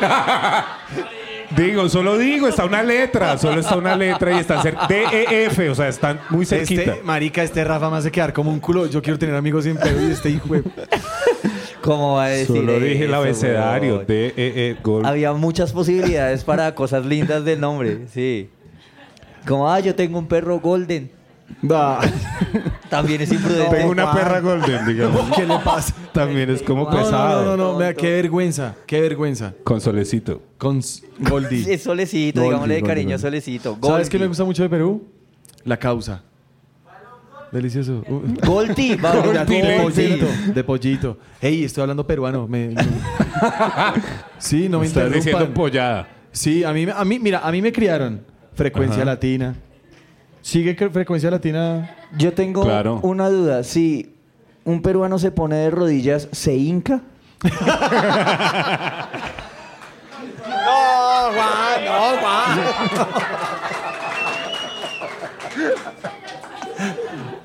Speaker 5: digo, solo digo, está una letra. Solo está una letra y está cerca. DEF, o sea, están muy cerquita.
Speaker 4: Este, marica, este Rafa me hace quedar como un culo. Yo quiero tener amigos sin pedo y este hijo. de-
Speaker 6: ¿Cómo va a decir
Speaker 5: Solo dije el
Speaker 6: eso,
Speaker 5: abecedario.
Speaker 6: weón?
Speaker 5: DEE, Golfi.
Speaker 6: Había muchas posibilidades para cosas lindas del nombre, sí. Como, ah, yo tengo un perro golden.
Speaker 4: Bah.
Speaker 6: También es imprudente.
Speaker 5: Tengo una perra Golden, digamos.
Speaker 4: ¿Qué le pasa?
Speaker 5: También es como
Speaker 4: No,
Speaker 5: pesado.
Speaker 4: no, no, no, no, vea, qué vergüenza, qué vergüenza.
Speaker 5: Con Solecito.
Speaker 4: Con s- Goldie.
Speaker 6: Es solecito,
Speaker 4: Goldi,
Speaker 6: digámosle de
Speaker 4: Goldi,
Speaker 6: cariño a
Speaker 4: Goldi.
Speaker 6: solecito.
Speaker 4: ¿Sabes
Speaker 6: Goldi.
Speaker 4: qué me gusta mucho de Perú? La causa. Delicioso. Uh,
Speaker 6: Goldi, vamos,
Speaker 4: de
Speaker 6: Goldi.
Speaker 4: pollito. De pollito. Ey, estoy hablando peruano. me- no. Sí, no me
Speaker 5: Estás diciendo
Speaker 4: interrumpan.
Speaker 5: pollada.
Speaker 4: Sí, a mí, me- a mí, mira, a mí me criaron. Frecuencia latina. ¿Sigue cre- frecuencia latina?
Speaker 6: Yo tengo
Speaker 5: Claro.
Speaker 6: una duda. Si un peruano se pone de rodillas, ¿se hinca?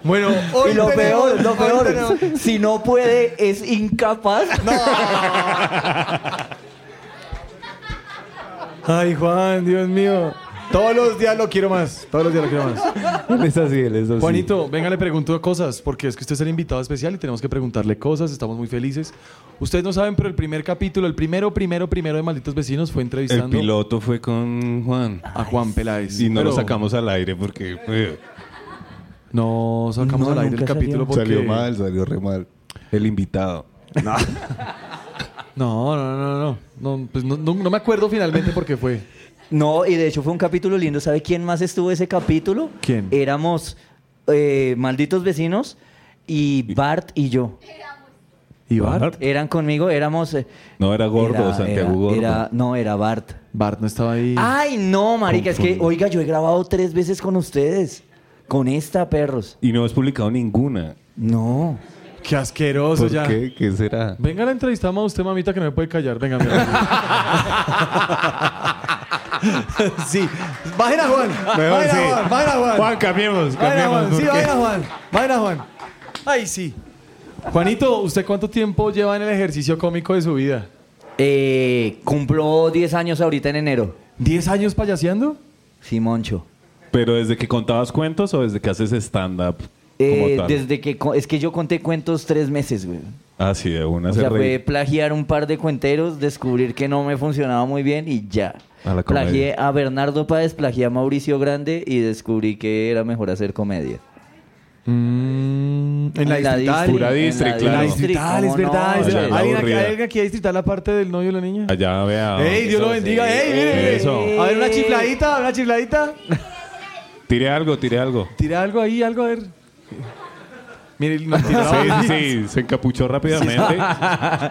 Speaker 4: Bueno, hoy
Speaker 6: y lo
Speaker 4: tenemos-
Speaker 6: peor, lo
Speaker 4: hoy
Speaker 6: peor,
Speaker 4: tenemos-
Speaker 6: si no puede, es incapaz.
Speaker 4: Ay, Juan, Dios mío. Todos los días lo quiero más. Todos los días lo quiero más.
Speaker 5: Él es así, él es así.
Speaker 4: Juanito, venga, le pregunto cosas, porque es que usted es el invitado especial y tenemos que preguntarle cosas, estamos muy felices. Ustedes no saben, pero el primer capítulo, el primero, primero, primero de Malditos Vecinos fue
Speaker 5: El
Speaker 4: entrevistando
Speaker 5: piloto fue con Juan.
Speaker 4: a Juan Peláez.
Speaker 5: Y no lo
Speaker 4: Pero
Speaker 5: sacamos al aire porque eh,
Speaker 4: No sacamos
Speaker 6: No,
Speaker 4: al aire el
Speaker 6: nunca
Speaker 4: capítulo porque...
Speaker 5: salió mal, salió re mal. El invitado.
Speaker 4: No, no, no, no. No, pues no, no- no me acuerdo finalmente por qué fue.
Speaker 6: No, y de hecho fue un capítulo lindo. ¿Sabe quién más estuvo ese capítulo?
Speaker 4: ¿Quién?
Speaker 6: Éramos eh, malditos vecinos y Bart y yo.
Speaker 4: ¿Y Bart?
Speaker 6: Eran conmigo, éramos. eh,
Speaker 5: No, era gordo,
Speaker 6: era-
Speaker 5: Santiago
Speaker 6: era-
Speaker 5: Gordo.
Speaker 6: era- no, era Bart.
Speaker 4: Bart no estaba ahí.
Speaker 6: Ay, no, marica, es que,
Speaker 5: Confundido.
Speaker 6: oiga, yo he grabado tres veces con ustedes. Con esta, perros.
Speaker 5: Y no has publicado ninguna.
Speaker 6: No.
Speaker 4: ¡Qué asqueroso
Speaker 5: ¿Por
Speaker 4: ya!
Speaker 5: qué? ¿Qué será?
Speaker 4: Venga, la entrevistamos a usted, mamita, que no me puede callar. Venga, mira. sí. Bajen a Juan. Bajen a Juan. Bajen a Juan.
Speaker 5: cambiemos.
Speaker 4: Vayan a Juan, sí, vayan a Juan, vayan a Juan. Ay, sí. Juanito, ¿usted cuánto tiempo lleva en el ejercicio cómico de su vida?
Speaker 6: Eh, cumplo 10 años ahorita en enero.
Speaker 4: ¿10 años payaseando?
Speaker 6: Sí, Moncho.
Speaker 5: ¿Pero desde que contabas cuentos o desde que haces stand-up? como
Speaker 6: Eh,
Speaker 5: tal?
Speaker 6: desde que co- es que yo conté cuentos tres meses, güey.
Speaker 5: Ah, sí, de una
Speaker 6: O
Speaker 5: se
Speaker 6: sea, fue
Speaker 5: reí.
Speaker 6: plagiar un par de cuenteros, descubrir que no me funcionaba muy bien y ya.
Speaker 5: A la comedia.
Speaker 6: plagié a Bernardo Páez, plagié a Mauricio Grande y descubrí que era mejor hacer comedia.
Speaker 4: Mm, en la distrital.
Speaker 5: Pura
Speaker 6: en
Speaker 5: distri,
Speaker 6: la
Speaker 4: En la
Speaker 5: claro.
Speaker 4: distrital, es
Speaker 6: ¿cómo no,
Speaker 4: verdad. es
Speaker 5: Allá
Speaker 4: verdad.
Speaker 5: la
Speaker 4: ¿Alguien, aquí-
Speaker 5: aburrida.
Speaker 4: ¿Alguien aquí a distrital aparte del novio de la niña?
Speaker 5: Allá, vea.
Speaker 4: ¡Ey, Dios lo
Speaker 6: eso
Speaker 4: bendiga!
Speaker 6: sí.
Speaker 4: ¡Ey, mire, mire!
Speaker 5: Eso.
Speaker 4: A ver, una chifladita, una chifladita.
Speaker 5: Tire algo, tire algo.
Speaker 4: Tira algo ahí, algo a ver. Mire, no tiró.
Speaker 5: Sí, sí, sí, se encapuchó rápidamente.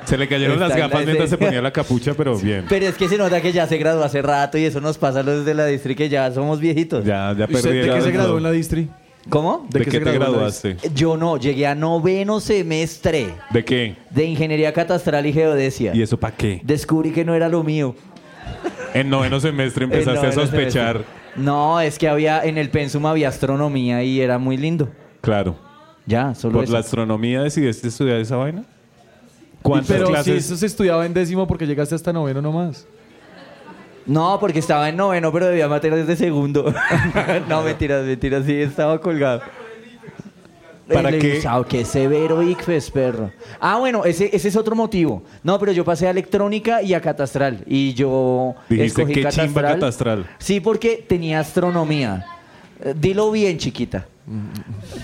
Speaker 5: Se le cayeron las
Speaker 6: Está en la
Speaker 5: gafas mientras se
Speaker 6: esencia.
Speaker 5: ponía la capucha, pero bien.
Speaker 6: Pero es que se nota que ya se graduó hace rato y eso nos pasa a los de la distri que ya somos viejitos.
Speaker 5: Ya, ya
Speaker 4: ¿Y usted
Speaker 5: perdí.
Speaker 4: de
Speaker 5: el
Speaker 4: qué se
Speaker 5: algo.
Speaker 4: graduó en la distri?
Speaker 6: ¿Cómo?
Speaker 5: ¿De,
Speaker 4: ¿De
Speaker 5: qué,
Speaker 4: qué se
Speaker 5: te
Speaker 4: graduó en la
Speaker 5: graduaste?
Speaker 6: Yo no, llegué a noveno semestre
Speaker 5: ¿De qué?
Speaker 6: de Ingeniería Catastral y Geodesia.
Speaker 5: ¿Y eso para qué?
Speaker 6: Descubrí que no era lo mío.
Speaker 5: En noveno semestre empezaste
Speaker 6: Eh,
Speaker 5: a
Speaker 6: no, era
Speaker 5: sospechar.
Speaker 6: semestre. No, es que había en el pensum había astronomía y era muy lindo.
Speaker 5: Claro.
Speaker 6: Ya, solo
Speaker 5: ¿Por
Speaker 6: eso.
Speaker 5: la astronomía decidiste estudiar esa vaina? ¿Cuántas
Speaker 4: Pero si
Speaker 5: clases?
Speaker 4: eso se estudiaba en décimo porque llegaste hasta noveno nomás.
Speaker 6: No, porque estaba en noveno, pero debía materias de segundo. no, mentiras, mentiras, sí, estaba colgado.
Speaker 5: ¿Para
Speaker 6: El
Speaker 5: qué?
Speaker 6: egresado, qué severo ICFES, perro. Ah, bueno, ese, ese es otro motivo. No, pero yo pasé a electrónica y a catastral. Y yo
Speaker 5: Dijiste,
Speaker 6: escogí
Speaker 5: "Qué
Speaker 6: catastral.
Speaker 5: chimba catastral".
Speaker 6: Sí, porque tenía astronomía. Eh, Dilo bien, chiquita.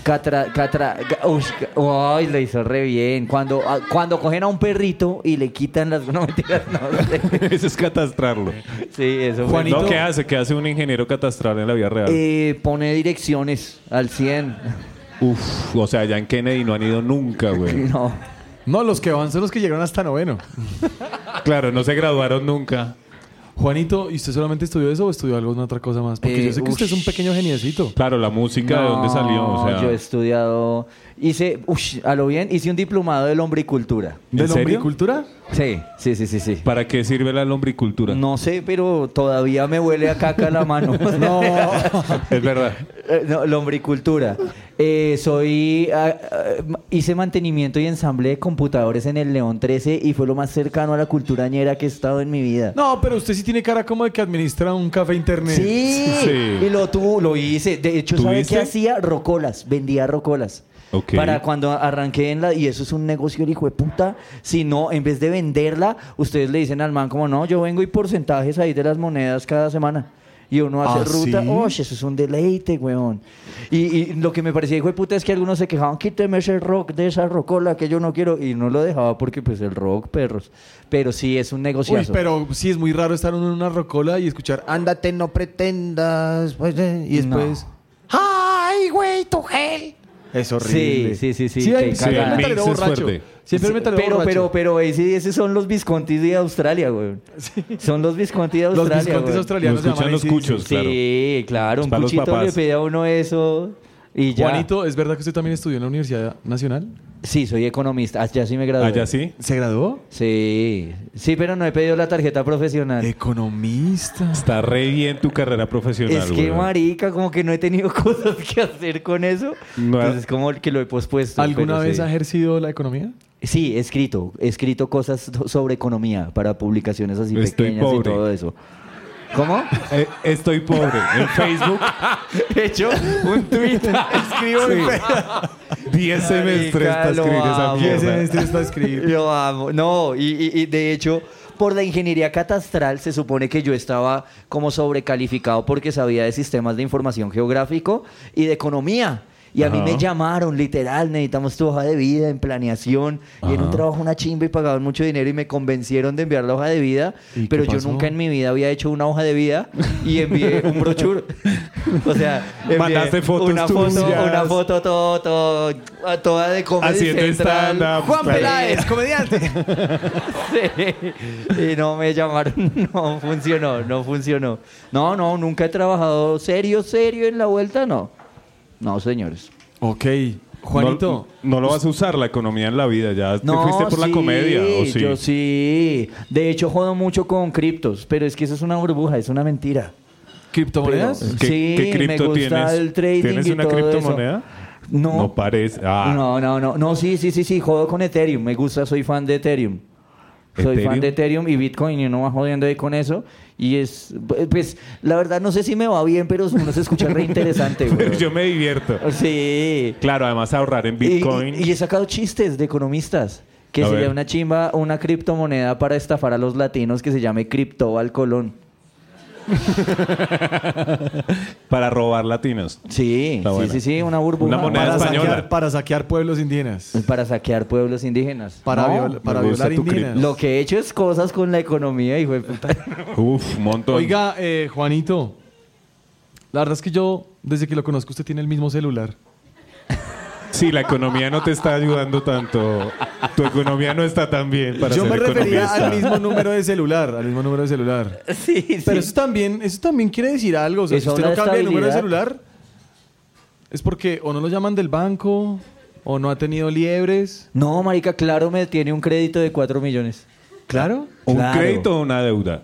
Speaker 6: Catra, catra, ga- uy, ga- ay, le hizo re bien. Cuando, ah, cuando cogen a un perrito y le quitan las... No, mentiras, no sé.
Speaker 5: eso es catastrarlo.
Speaker 6: Sí, eso fue.
Speaker 4: Juanito.
Speaker 5: No, ¿qué hace? ¿Qué hace un ingeniero catastral en la vida real?
Speaker 6: Eh, pone direcciones al 100.
Speaker 5: Uf, o sea, ya en Kennedy no han ido nunca, güey.
Speaker 6: No.
Speaker 4: No, los que van son los que llegaron hasta noveno.
Speaker 5: Claro, no se graduaron nunca.
Speaker 4: Juanito, ¿y usted solamente estudió eso o estudió alguna otra cosa más? Porque
Speaker 6: Eh,
Speaker 4: yo sé que usted es un
Speaker 6: ush.
Speaker 4: pequeño geniecito.
Speaker 5: Claro, la música, ¿de dónde salió? O sea,
Speaker 6: yo he estudiado. Hice. ush, a lo bien, hice un diplomado de lombricultura.
Speaker 4: ¿De
Speaker 5: ¿En serio?
Speaker 4: lombricultura?
Speaker 6: Sí, sí, sí, sí. sí.
Speaker 5: ¿Para qué sirve la lombricultura?
Speaker 6: No sé, pero todavía me huele a caca la mano. no.
Speaker 5: Es verdad.
Speaker 6: Eh, lombricultura. Eh, soy. ah, ah, hice mantenimiento y ensamble de computadores en el León 13 y fue lo más cercano a la culturañera que he estado en mi vida.
Speaker 4: No, pero usted sí tiene cara como de que administra un café internet.
Speaker 6: Sí,
Speaker 5: Sí.
Speaker 6: y lo tuvo, lo hice. De hecho, ¿sabes
Speaker 5: ¿Tuviste?
Speaker 6: qué hacía? Rocolas, vendía rocolas.
Speaker 5: Ok.
Speaker 6: Para cuando arranqué en la... Y eso es un negocio, el hijo de puta. Si no, en vez de venderla, ustedes le dicen al man como, no, yo vengo y porcentajes ahí de las monedas cada semana. Y uno hace
Speaker 4: ¿Ah,
Speaker 6: ruta.
Speaker 4: sí?
Speaker 6: ¡Oh, eso es un deleite, weón! Y, y lo que me parecía, hijo de puta, es que algunos se quejaban, quíteme ese rock de esa rocola que yo no quiero. Y no lo dejaba porque, pues, el rock, perros. Pero sí, es un negocio.
Speaker 4: Uy, pero sí es muy raro estar uno en una rocola y escuchar Ándate, no pretendas. pues, eh", Y
Speaker 6: No.
Speaker 4: después...
Speaker 7: ¡Ay, güey, tu gel!
Speaker 4: Es horrible.
Speaker 6: Sí, sí, sí, sí,
Speaker 4: Sí, hay-
Speaker 6: qué
Speaker 4: siempre
Speaker 6: cagada.
Speaker 4: el metalero
Speaker 5: Mix es
Speaker 4: borracho.
Speaker 5: fuerte.
Speaker 4: Siempre el
Speaker 6: Sí,
Speaker 4: metalero
Speaker 6: pero,
Speaker 4: borracho.
Speaker 6: pero, pero, ACDC son los Viscontis de Australia, güey. Son los Visconti de
Speaker 4: Los
Speaker 6: Australia.
Speaker 4: biscontes
Speaker 6: güey.
Speaker 4: australianos
Speaker 5: Lo
Speaker 4: se llaman
Speaker 5: escuchan los
Speaker 4: AC/DC.
Speaker 5: cuchos. claro.
Speaker 6: Sí, claro. Un
Speaker 5: Para los
Speaker 6: cuchito le
Speaker 5: papás.
Speaker 6: pide a uno eso y ya.
Speaker 4: Juanito, ¿es verdad que usted también estudió en la Universidad Nacional?
Speaker 6: Sí, soy economista. Allá sí me gradué.
Speaker 5: Allá Ah, sí.
Speaker 4: ¿Se graduó?
Speaker 6: Sí. Sí, pero no he pedido la tarjeta profesional.
Speaker 4: Economista.
Speaker 5: Está re bien tu carrera profesional.
Speaker 6: es que,
Speaker 5: güey.
Speaker 6: marica, como que no he tenido cosas que hacer con eso.
Speaker 5: No.
Speaker 6: Entonces, como que lo he pospuesto.
Speaker 4: ¿Alguna
Speaker 6: pero
Speaker 4: vez
Speaker 6: sí.
Speaker 4: ha ejercido la economía?
Speaker 6: Sí, he escrito. He escrito cosas so- sobre economía para publicaciones así
Speaker 5: Estoy
Speaker 6: pequeñas
Speaker 5: pobre.
Speaker 6: y todo eso. ¿Cómo?
Speaker 5: Eh, estoy pobre. En Facebook,
Speaker 6: He hecho un tweet. Escribo en Facebook.
Speaker 5: 10 semestres para
Speaker 6: lo
Speaker 5: escribir esa
Speaker 6: amo.
Speaker 5: mierda.
Speaker 4: está escrito.
Speaker 6: Lo amo. No, y, y- y de hecho, por la ingeniería catastral se supone que yo estaba como sobrecalificado porque sabía de sistemas de información geográfico y de economía. Y a mí
Speaker 5: Ajá.
Speaker 6: me llamaron, literal, necesitamos tu hoja de vida en planeación. Y era un trabajo, una chimba y pagaban mucho dinero y me convencieron de enviar la hoja de vida.
Speaker 4: ¿Y
Speaker 6: Pero
Speaker 4: qué
Speaker 6: yo
Speaker 4: pasó?
Speaker 6: nunca en mi vida había hecho una hoja de vida y envié un brochure. o sea, envié
Speaker 5: Mandaste fotos
Speaker 6: una foto,
Speaker 5: tuyas.
Speaker 6: una foto, todo, todo, toda de Comedy
Speaker 5: Haciendo
Speaker 6: Central.
Speaker 5: stand-up, Juan claro.
Speaker 6: Peláez, comediante. Y no me llamaron, no funcionó, no funcionó. No, no, nunca he trabajado serio, serio en la vuelta, no. No, señores.
Speaker 4: Ok. Juanito,
Speaker 5: No, no lo vas a usar la economía en la vida. Ya te
Speaker 6: No,
Speaker 5: fuiste por la
Speaker 6: sí,
Speaker 5: comedia. ¿o sí?
Speaker 6: Yo sí. De hecho, jodo mucho con criptos, pero es que eso es una burbuja, es una mentira.
Speaker 4: ¿criptomonedas?
Speaker 6: Pero-
Speaker 5: ¿Qué-
Speaker 6: sí,
Speaker 5: qué cripto
Speaker 6: me gusta
Speaker 5: tienes?
Speaker 6: el trading
Speaker 5: ¿Tienes
Speaker 6: y
Speaker 5: una
Speaker 6: todo eso.
Speaker 5: criptomoneda?
Speaker 6: No.
Speaker 5: No parece. Ah.
Speaker 6: No, no, no. No, sí, sí, sí, sí. Jodo con Ethereum. Me gusta, soy fan de Ethereum. Soy fan
Speaker 5: Ethereum.
Speaker 6: de Ethereum y Bitcoin y uno va jodiendo ahí con eso. Y es, pues, la verdad no sé si me va bien, pero uno se escucha re interesante,
Speaker 5: Pero
Speaker 6: güey.
Speaker 5: Pues yo me divierto.
Speaker 6: Sí.
Speaker 5: Claro, además ahorrar en
Speaker 6: Y-
Speaker 5: Bitcoin.
Speaker 6: Y, y he sacado chistes de economistas. Que
Speaker 5: A
Speaker 6: sería
Speaker 5: ver.
Speaker 6: una chimba, una criptomoneda para estafar a los latinos que se llame Cristóbal Colón.
Speaker 5: Para robar latinos.
Speaker 6: Sí,
Speaker 5: Está
Speaker 6: sí,
Speaker 5: buena.
Speaker 6: sí, sí, una burbuja.
Speaker 5: Una moneda
Speaker 4: Para
Speaker 5: española.
Speaker 4: saquear, para saquear pueblos indígenas.
Speaker 6: Para saquear pueblos indígenas.
Speaker 4: Para,
Speaker 6: No,
Speaker 4: viol- para
Speaker 5: me gusta
Speaker 4: violar
Speaker 5: tu cri-
Speaker 4: indígenas.
Speaker 6: Lo que he hecho es cosas con la economía, hijo de puta.
Speaker 5: Uf, un montón.
Speaker 4: Oiga, eh, Juanito, la verdad es que yo, desde que lo conozco, usted tiene el mismo celular.
Speaker 5: Sí, la economía no te está ayudando tanto. Tu economía no está tan bien para
Speaker 4: yo
Speaker 5: ser
Speaker 4: me refería
Speaker 5: economista.
Speaker 4: al mismo número de celular, al mismo número de celular.
Speaker 6: sí, sí.
Speaker 4: Pero eso también, eso también quiere decir algo. O sea,
Speaker 6: Eso
Speaker 4: si usted no
Speaker 6: habla de
Speaker 4: cambia el número de
Speaker 6: estabilidad.
Speaker 4: celular, es porque o no lo llaman del banco, o no ha tenido liebres.
Speaker 6: No, marica, claro me tiene un crédito de 4 millones.
Speaker 4: Claro.
Speaker 5: ¿Un
Speaker 6: Claro.
Speaker 5: crédito o una deuda?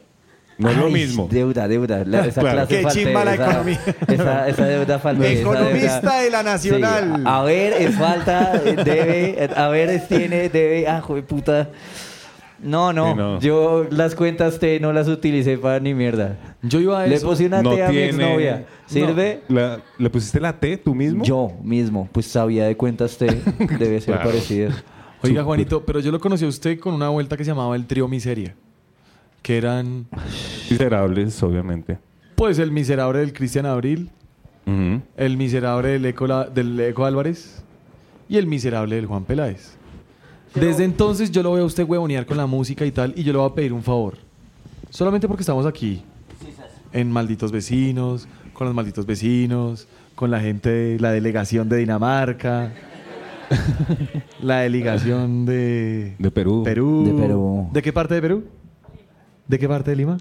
Speaker 5: No es lo
Speaker 6: Ay,
Speaker 5: mismo.
Speaker 6: Deuda, deuda. La- esa
Speaker 5: Claro.
Speaker 6: clase
Speaker 4: Qué
Speaker 6: falté,
Speaker 4: chimba la
Speaker 6: esa-
Speaker 4: economía.
Speaker 6: Esa, esa deuda falta.
Speaker 4: Economista de la Nacional.
Speaker 6: A ver, es falta, eh, debe, eh, a ver, es tiene, debe. Ah, joder, puta. No, no,
Speaker 5: Sí, no.
Speaker 6: Yo las cuentas T no las utilicé para ni mierda.
Speaker 4: Yo iba a
Speaker 6: Le
Speaker 4: eso.
Speaker 6: puse una
Speaker 5: No
Speaker 6: T a mi
Speaker 5: tiene-
Speaker 6: exnovia. ¿Sirve?
Speaker 5: La- ¿Le pusiste la T tú mismo?
Speaker 6: Yo mismo, pues sabía de cuentas T. Debe ser
Speaker 5: Claro.
Speaker 6: parecido.
Speaker 4: Oiga, Juanito, pero yo lo conocí a usted con una vuelta que se llamaba el trío Miseria. Que eran,
Speaker 5: Miserables, obviamente.
Speaker 4: pues, el miserable del Cristian Abril,
Speaker 5: Ujú.
Speaker 4: el miserable del Eco, la- del Eco Álvarez y el miserable del Juan Peláez. Desde entonces yo lo veo a usted huevonear con la música y tal, y yo le voy a pedir un favor. Solamente porque estamos aquí, en Malditos Vecinos, con los Malditos Vecinos, con la gente de la delegación de Dinamarca, la delegación de...
Speaker 5: De Perú.
Speaker 4: Perú.
Speaker 6: De Perú.
Speaker 4: ¿De qué parte de Perú? ¿De qué parte de Lima?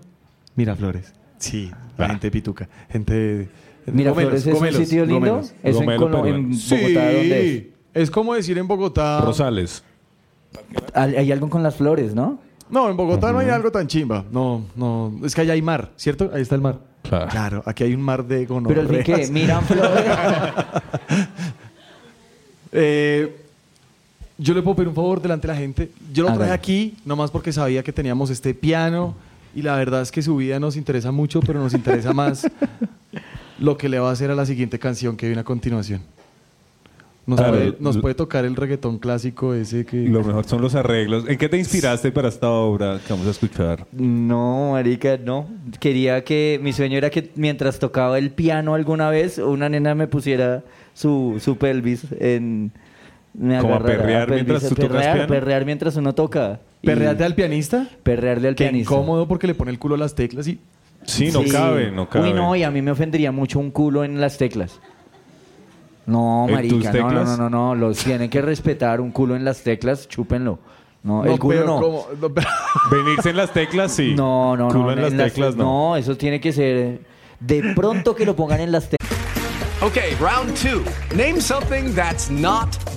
Speaker 4: Miraflores. Sí, la gente pituca. Gente.
Speaker 6: Mira, Flores es
Speaker 4: Gomelos,
Speaker 6: un sitio lindo.
Speaker 4: Gomelos.
Speaker 6: Eso en,
Speaker 5: Gomelo,
Speaker 6: Colo-
Speaker 5: Perú.
Speaker 6: en Bogotá,
Speaker 4: Sí.
Speaker 6: ¿dónde es?
Speaker 4: es? como decir en Bogotá.
Speaker 5: Rosales.
Speaker 6: Hay hay algo con las flores, ¿no?
Speaker 4: No, en Bogotá no hay algo tan chimba. No, no. Es que allá hay mar, ¿cierto? Ahí está el mar.
Speaker 5: Claro.
Speaker 4: aquí hay un mar de
Speaker 6: Pero al fin que
Speaker 4: gonorreas.
Speaker 6: miran flores.
Speaker 4: Eh, yo le puedo pedir un favor delante de la gente. Yo lo traje
Speaker 6: Hágalo.
Speaker 4: aquí nomás porque sabía que teníamos este piano y la verdad es que su vida nos interesa mucho, pero nos interesa más lo que le va a hacer a la siguiente canción que viene a continuación. Nos,
Speaker 5: Claro.
Speaker 4: puede, nos puede tocar el reggaetón clásico ese que...
Speaker 5: Lo mejor son los arreglos. ¿En qué te inspiraste para esta obra que vamos a escuchar?
Speaker 6: No, marica, no. Quería que mi sueño era que mientras tocaba el piano alguna vez, una nena me pusiera su, su pelvis en me
Speaker 5: ¿Como a
Speaker 6: agarrara-
Speaker 5: perrear mientras tú tocas
Speaker 6: perrear,
Speaker 5: piano?
Speaker 6: perrear mientras uno toca. Y
Speaker 4: Perreate al pianista.
Speaker 6: perrearle al
Speaker 4: Que
Speaker 6: pianista.
Speaker 4: incómodo porque le pone el culo a las teclas y...
Speaker 5: Sí, no
Speaker 6: Sí.
Speaker 5: cabe, no cabe.
Speaker 6: Uy, no, y a mí me ofendería mucho un culo en las teclas. No,
Speaker 5: ¿En tus
Speaker 6: marica, no, no, no,
Speaker 5: teclas?
Speaker 6: no, no, los tienen que respetar un culo en las teclas, chúpenlo. No, el culo
Speaker 4: pero
Speaker 6: no.
Speaker 4: ¿cómo? No, pero-
Speaker 5: Venirse en las teclas, sí.
Speaker 6: No, no,
Speaker 5: Culo
Speaker 6: no.
Speaker 5: en las teclas, no.
Speaker 6: No, eso tiene que ser. De pronto que lo pongan en las teclas.
Speaker 7: Okay, round two. Name something that's not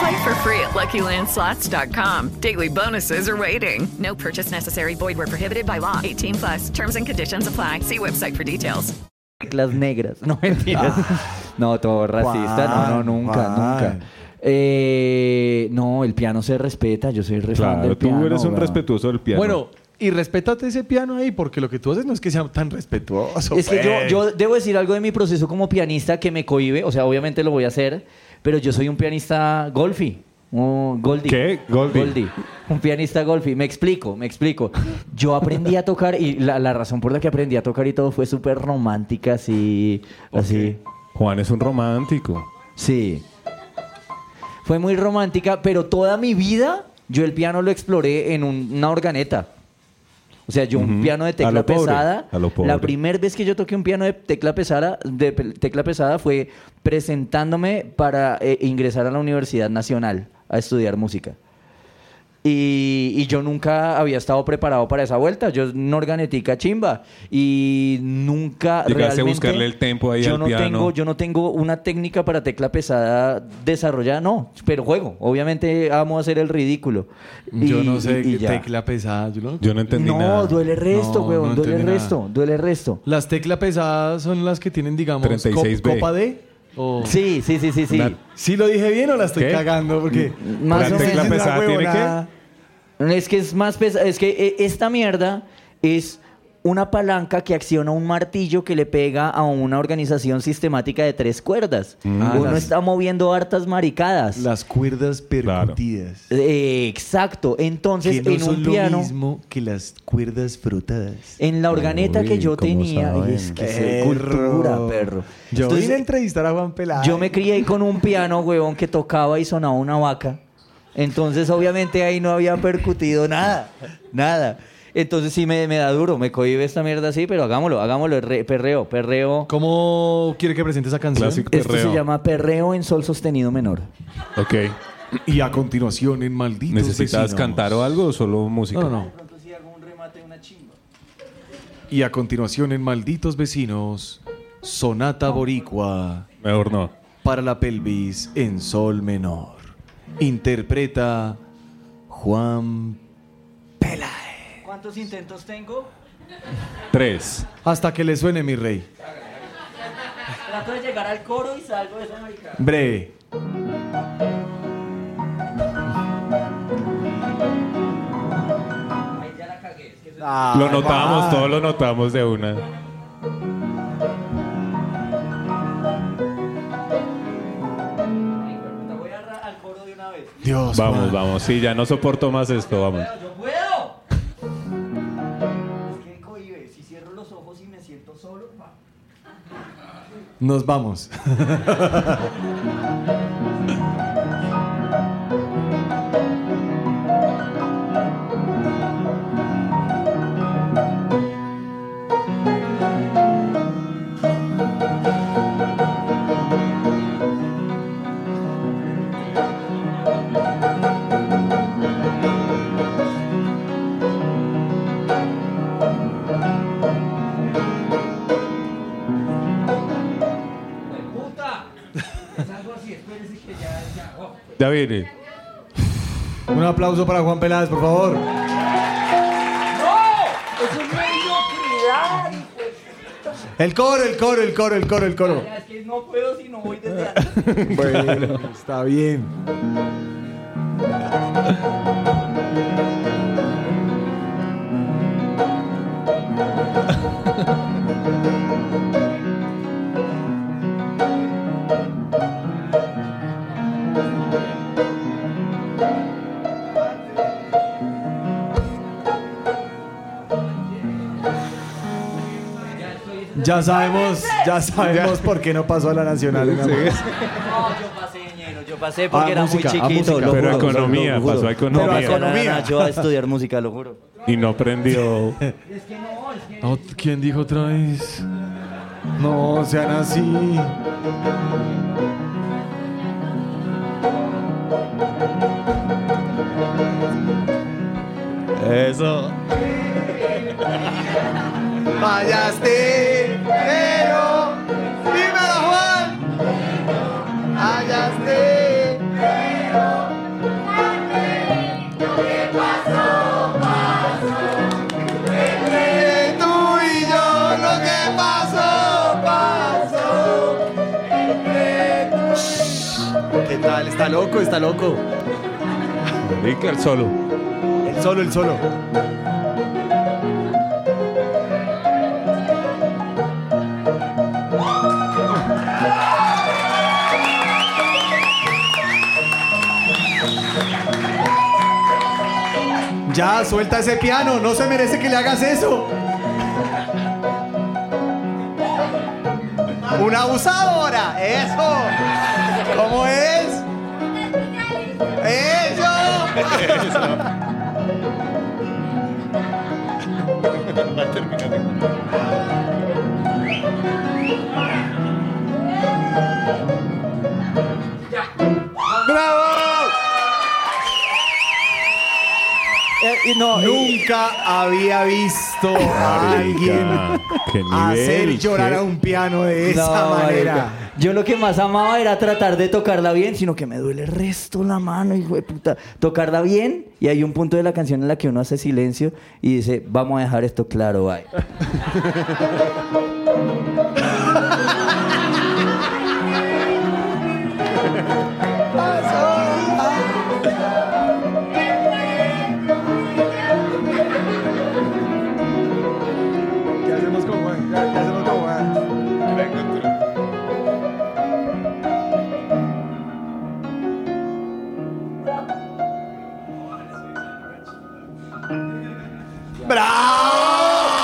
Speaker 8: Play for free at LuckyLandSlots.com. Daily bonuses are waiting. No purchase necessary. Void were prohibited by law. 18 plus. Terms and conditions apply. See website for details.
Speaker 6: Teclas negras. No mentiras. No, todo racista. No, no,
Speaker 4: ¿Cuál?
Speaker 6: nunca,
Speaker 4: ¿Cuál?
Speaker 6: nunca. Eh, no, el piano se respeta. Yo soy re fan
Speaker 5: Claro,
Speaker 6: del
Speaker 5: tú
Speaker 6: piano,
Speaker 5: eres un
Speaker 6: weón.
Speaker 5: respetuoso del piano.
Speaker 4: Bueno, y respétate ese piano ahí porque lo que tú haces no es que sea tan respetuoso.
Speaker 6: Es que yo,
Speaker 4: pues.
Speaker 6: yo debo decir algo de mi proceso como pianista que me cohibe. O sea, obviamente lo voy a hacer, pero yo soy un pianista golfi. un Goldie.
Speaker 5: ¿Qué? Goldie.
Speaker 6: Un pianista golfi. Me explico, me explico. Yo aprendí a tocar y la, la razón por la que aprendí a tocar y todo fue súper romántica, así. Así.
Speaker 5: Juan es un romántico.
Speaker 6: Sí. Fue muy romántica, pero toda mi vida Yo el piano lo exploré en un- una organeta. O sea, yo un
Speaker 5: Ujú.
Speaker 6: piano
Speaker 5: A
Speaker 6: de
Speaker 5: lo
Speaker 6: tecla
Speaker 5: pobre,
Speaker 6: pesada.
Speaker 5: a lo pobre.
Speaker 6: La primera vez que yo toqué un piano de tecla pesada, de pe- tecla pesada fue presentándome para eh, ingresar a la Universidad Nacional a estudiar música. Y, y yo nunca había estado preparado para esa vuelta. Yo una organetica chimba. Y nunca
Speaker 5: Llegaste a
Speaker 6: realmente-
Speaker 5: buscarle el tempo ahí
Speaker 6: yo
Speaker 5: al
Speaker 6: no
Speaker 5: piano.
Speaker 6: Tengo, yo no tengo una técnica para tecla pesada desarrollada, no. Pero juego. Obviamente amo hacer el ridículo.
Speaker 4: Yo
Speaker 6: Y-
Speaker 4: no sé,
Speaker 6: y- y
Speaker 4: qué
Speaker 6: ya.
Speaker 4: tecla pesada. Yo no,
Speaker 5: Yo no entendí
Speaker 6: no,
Speaker 5: nada.
Speaker 6: duele resto,
Speaker 4: No,
Speaker 6: weón.
Speaker 4: no
Speaker 6: duele
Speaker 4: entendí
Speaker 6: resto,
Speaker 4: nada.
Speaker 6: duele resto.
Speaker 4: Las teclas pesadas son las que tienen, digamos, cop-
Speaker 5: 36B.
Speaker 4: copa D. o-
Speaker 6: Sí, sí, sí, sí, sí.
Speaker 4: Una- ¿Sí lo dije bien o la estoy
Speaker 5: ¿Qué?
Speaker 4: cagando? Porque
Speaker 6: Más
Speaker 5: La
Speaker 6: o
Speaker 5: tecla
Speaker 6: menos.
Speaker 5: pesada tiene que.
Speaker 6: Es que es más pesado. Es que eh, esta mierda es una palanca que acciona un martillo que le pega a una organización sistemática de tres cuerdas.
Speaker 4: Ah,
Speaker 6: Uno
Speaker 4: las-
Speaker 6: está moviendo hartas maricadas.
Speaker 4: las cuerdas percutidas.
Speaker 6: Eh, exacto. Entonces,
Speaker 4: que no
Speaker 6: en
Speaker 4: son
Speaker 6: un
Speaker 4: lo
Speaker 6: piano.
Speaker 4: mismo que las cuerdas frotadas.
Speaker 6: En la organeta que
Speaker 5: Uy,
Speaker 6: yo
Speaker 5: ¿cómo
Speaker 6: tenía,
Speaker 5: saben?
Speaker 6: es que soy cultura, perro.
Speaker 4: Yo
Speaker 6: Entonces,
Speaker 4: vine a entrevistar a Juan Peláez.
Speaker 6: Yo me crié con un piano, huevón, que tocaba y sonaba una vaca. Entonces, obviamente, ahí no había percutido nada. Nada. Entonces, sí me, me da duro. Me cohibe esta mierda así, pero hagámoslo, hagámoslo. re- perreo, perreo.
Speaker 4: ¿Cómo quiere que presente esa canción?
Speaker 5: Clásico.
Speaker 6: Esto se
Speaker 5: perreo.
Speaker 6: llama perreo en sol sostenido menor.
Speaker 5: Ok.
Speaker 4: Y a continuación en Malditos
Speaker 5: ¿Necesitas
Speaker 4: Vecinos.
Speaker 5: cantar o algo o solo música?
Speaker 4: No, no. Y a continuación en Malditos Vecinos, Sonata Boricua
Speaker 5: Mejor no.
Speaker 4: para la pelvis en sol menor. Interpreta Juan.
Speaker 6: ¿Cuántos intentos tengo?
Speaker 5: Tres.
Speaker 4: Hasta que le suene, mi rey.
Speaker 6: Trato de llegar al coro y salgo de esa maricada.
Speaker 4: Breve.
Speaker 6: Ahí ya la cagué. Es que eso
Speaker 5: lo notamos, todos lo notamos de una.
Speaker 6: es- voy a ra- al coro de una vez.
Speaker 4: Dios.
Speaker 5: Vamos,
Speaker 4: Juan.
Speaker 5: vamos. Sí, ya no soporto más esto, vamos.
Speaker 6: ¡Yo puedo! Es que cohibe, si cierro los ojos y me siento solo, pa.
Speaker 4: Nos vamos.
Speaker 6: ¡Puta! Es algo así, espérense que ya, ya. oh.
Speaker 5: Ya viene.
Speaker 4: Un aplauso para Juan Peláez, por favor.
Speaker 6: ¡No! ¡Eso es mediocridad! hijo de
Speaker 4: El coro, el coro, el coro, el coro, el coro.
Speaker 6: puta! Es que no puedo si no voy desde antes.
Speaker 4: Bueno, está bien. Ya sabemos, ya sabemos por qué no pasó a la Nacional. en la
Speaker 6: No, yo pasé, ñero, yo pasé porque era
Speaker 4: música,
Speaker 6: muy
Speaker 4: ah,
Speaker 6: chiquito.
Speaker 4: música.
Speaker 6: lo
Speaker 5: Pero
Speaker 6: juro,
Speaker 5: economía,
Speaker 6: lo juro.
Speaker 5: pasó a economía.
Speaker 6: No, pasó nada,
Speaker 4: Economía.
Speaker 6: yo a estudiar música, lo juro.
Speaker 5: Y no aprendió.
Speaker 4: No, ¿Quién dijo otra vez? No sean así.
Speaker 5: Eso.
Speaker 4: Fallaste, pero dímelo, Juan. Fallaste. Entre tú y yo lo que pasó, pasó. Entre tú. ¿Qué tal? Está loco, está loco.
Speaker 5: Iker solo.
Speaker 4: El solo, el solo. Ya, suelta ese piano, no se merece que le hagas eso. Un abusadora, eso. ¿Cómo es? Eso.
Speaker 9: Va a
Speaker 4: Eh, y no, Nunca había visto a alguien hacer llorar a un piano de esa
Speaker 6: No,
Speaker 4: manera.
Speaker 6: marica. Yo lo que más amaba era tratar de tocarla bien, sino que me duele el resto la mano, hijo de puta. Tocarla bien y hay un punto de la canción en la que uno hace silencio y dice, vamos a dejar esto claro, bye.
Speaker 4: ¿Qué hacemos con Juan? ¿Qué hacemos con Juan?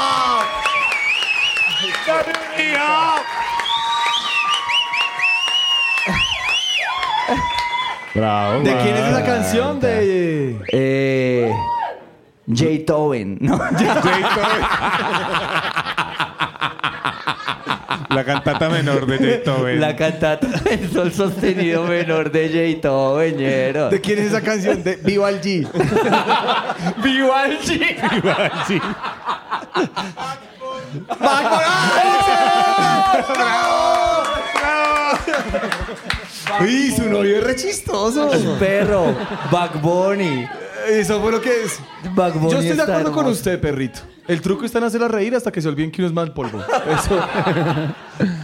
Speaker 9: ¡Bravo!
Speaker 6: Bravo.
Speaker 4: ¿De quién es esa canción? De...
Speaker 6: Eh, Jay Tobin. No.
Speaker 5: La cantata menor de Beethoven.
Speaker 6: La cantata El sol sostenido menor de Jay Tobin. ñero.
Speaker 4: ¿De quién es esa canción? De Viva el G.
Speaker 6: ¡Viva el G!
Speaker 9: ¡Viva el G! ¡Bravo!
Speaker 4: Uy, su novio es re chistoso.
Speaker 6: Pues, Perro, Backbone.
Speaker 4: Eso fue lo que es.
Speaker 6: Bad Bunny
Speaker 4: Yo estoy de
Speaker 6: está
Speaker 4: acuerdo con
Speaker 6: hermoso.
Speaker 4: usted, perrito. El truco está en hacerla reír hasta que se olviden que uno es mal polvo. Eso.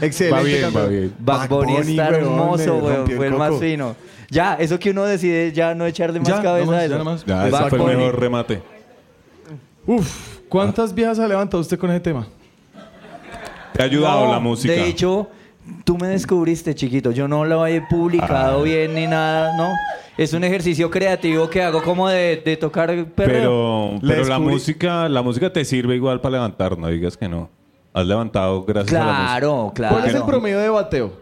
Speaker 4: Excelente.
Speaker 6: Va bien,
Speaker 4: campeón.
Speaker 6: va bien. Bad Bunny está
Speaker 4: weón,
Speaker 6: hermoso,
Speaker 4: me
Speaker 6: weón.
Speaker 4: rompió el
Speaker 6: Fue el más
Speaker 4: coco.
Speaker 6: fino. Ya, eso que uno decide ya no echarle más
Speaker 4: Ya,
Speaker 6: cabeza
Speaker 4: no más,
Speaker 6: a eso.
Speaker 4: ya no más.
Speaker 5: Ya, ese
Speaker 6: Bad
Speaker 5: fue el
Speaker 6: Bunny.
Speaker 5: mejor remate.
Speaker 4: Uf, ¿cuántas viejas ha levantado usted con ese tema?
Speaker 5: Te ha ayudado
Speaker 6: No,
Speaker 5: la música.
Speaker 6: De hecho, tú me descubriste, chiquito. Yo no lo he publicado
Speaker 5: Ah.
Speaker 6: bien ni nada, ¿no? Es un ejercicio creativo que hago como de, de tocar perreo.
Speaker 5: pero pero la
Speaker 6: descubrí-
Speaker 5: música, la música te sirve igual para levantar, no digas que no. Has levantado gracias a la música.
Speaker 6: Claro, claro.
Speaker 4: ¿Cuál es el promedio de bateo?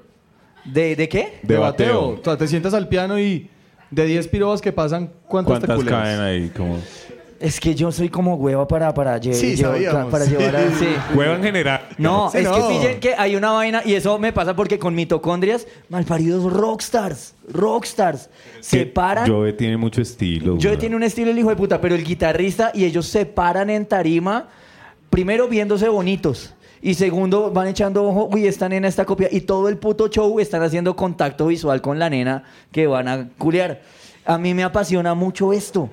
Speaker 6: ¿De, de qué?
Speaker 5: De bateo.
Speaker 4: O sea, te sientas al piano y de 10 pirobas que pasan, ¿cuántas, te
Speaker 5: ¿Cuántas
Speaker 4: culeas?
Speaker 5: caen ahí? Como...
Speaker 6: Es que yo soy como hueva para, para, lle-
Speaker 4: Sí,
Speaker 6: llevar-
Speaker 4: sabíamos.
Speaker 6: para llevar a... sí.
Speaker 5: Hueva en general.
Speaker 6: No,
Speaker 4: Sí,
Speaker 6: es que
Speaker 4: no.
Speaker 6: pillen que hay una vaina, y eso me pasa porque con mitocondrias, malparidos rockstars, rockstars, se paran.
Speaker 5: Joe tiene mucho estilo.
Speaker 6: Joe
Speaker 5: güey.
Speaker 6: tiene un estilo el hijo de puta, pero el guitarrista y ellos se paran en tarima, primero viéndose bonitos. Y segundo, van echando ojo, uy, esta nena está copia. Y todo el puto show están haciendo contacto visual con la nena que van a culear. A mí me apasiona mucho esto.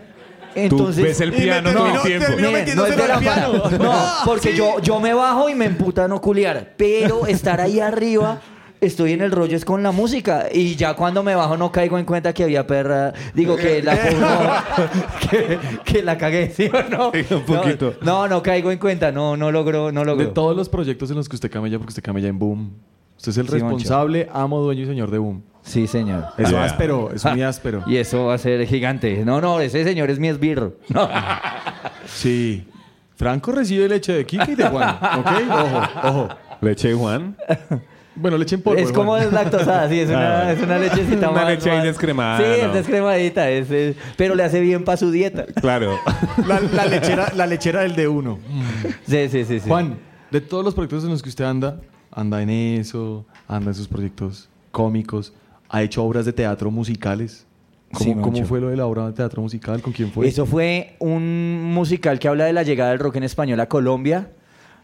Speaker 6: Entonces,
Speaker 5: ves el Y me piano todo el terminó- tiempo. terminó
Speaker 6: Miren, no, es
Speaker 5: metiéndose
Speaker 6: de
Speaker 5: en
Speaker 6: la
Speaker 5: el
Speaker 6: mano.
Speaker 5: piano.
Speaker 6: no, porque yo, yo me bajo y me emputa no culiar. Pero estar ahí arriba, estoy en el rollo es con la música. Y ya cuando me bajo no caigo en cuenta que había perra. Digo que la no, que, que la cagué, ¿sí o no?
Speaker 4: un poquito.
Speaker 6: No, no, no caigo en cuenta. No, no logro, no
Speaker 4: De
Speaker 6: logro.
Speaker 4: todos los proyectos en los que usted camella, porque usted camella en Boom. Usted es el
Speaker 6: Sí,
Speaker 4: responsable, amo, dueño y señor de Boom.
Speaker 6: Sí, señor.
Speaker 4: Es
Speaker 6: Ah.
Speaker 4: áspero, es muy áspero.
Speaker 6: Y eso va a ser gigante. No, no, ese señor es mi esbirro. No.
Speaker 4: Sí. Franco recibe leche de Kiki y de Juan, ¿ok? Ojo, ojo.
Speaker 5: ¿Leche de Juan?
Speaker 4: Bueno, leche en polvo.
Speaker 6: es
Speaker 4: de
Speaker 6: como
Speaker 4: Juan.
Speaker 6: deslactosada, sí, es una,
Speaker 5: Ah.
Speaker 6: es una lechecita
Speaker 5: Una
Speaker 6: más-
Speaker 5: leche ahí
Speaker 6: más-
Speaker 5: descremada,
Speaker 6: Sí,
Speaker 5: ¿no?
Speaker 6: es descremadita, es- es- pero le hace bien para su dieta.
Speaker 5: Claro.
Speaker 4: La, la lechera, la lechera del de uno.
Speaker 6: Sí, sí, sí,
Speaker 4: Juan, de todos los proyectos en los que usted anda, anda en eso, anda en sus proyectos cómicos, ha hecho obras de teatro musicales. ¿Cómo,
Speaker 6: Sí, mucho.
Speaker 4: cómo fue lo de la obra de teatro musical? ¿Con quién fue?
Speaker 6: Eso fue un musical que habla de la llegada del rock en español a Colombia.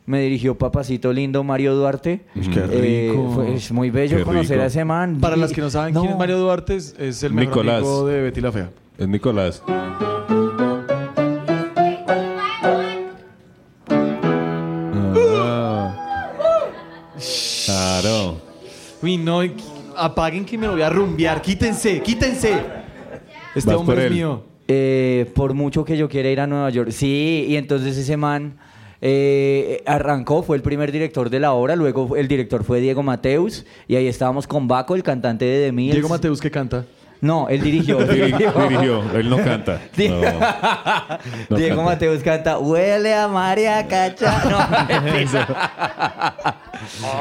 Speaker 6: Me dirigió Papacito Lindo Mario Duarte.
Speaker 4: Uy, qué
Speaker 6: Eh,
Speaker 4: rico.
Speaker 6: fue- es muy bello
Speaker 5: Qué
Speaker 6: conocer
Speaker 5: rico.
Speaker 6: a ese man.
Speaker 4: Para
Speaker 6: Y-
Speaker 4: las que no saben quién es Mario Duarte, es, es el mejor
Speaker 5: Nicolás.
Speaker 4: amigo de Betty la Fea.
Speaker 5: Es Nicolás. Ah. Claro.
Speaker 4: Uy, no, apaguen que me lo voy a rumbear. Quítense, quítense. Este
Speaker 5: Vas por
Speaker 4: hombre es
Speaker 5: él.
Speaker 4: mío.
Speaker 6: Eh, por mucho que yo quiera ir a Nueva York. Sí, y entonces ese man eh, arrancó, fue el primer director de la obra, luego el director fue Diego Mateus, y ahí estábamos con Baco, el cantante de Demi.
Speaker 4: Diego Mateus que canta.
Speaker 6: No, él dirigió.
Speaker 5: Dirigió, dirigió, él no canta.
Speaker 6: Di-
Speaker 5: No, no
Speaker 6: Diego
Speaker 5: canta.
Speaker 6: Mateus canta Huele a María Cacha. No,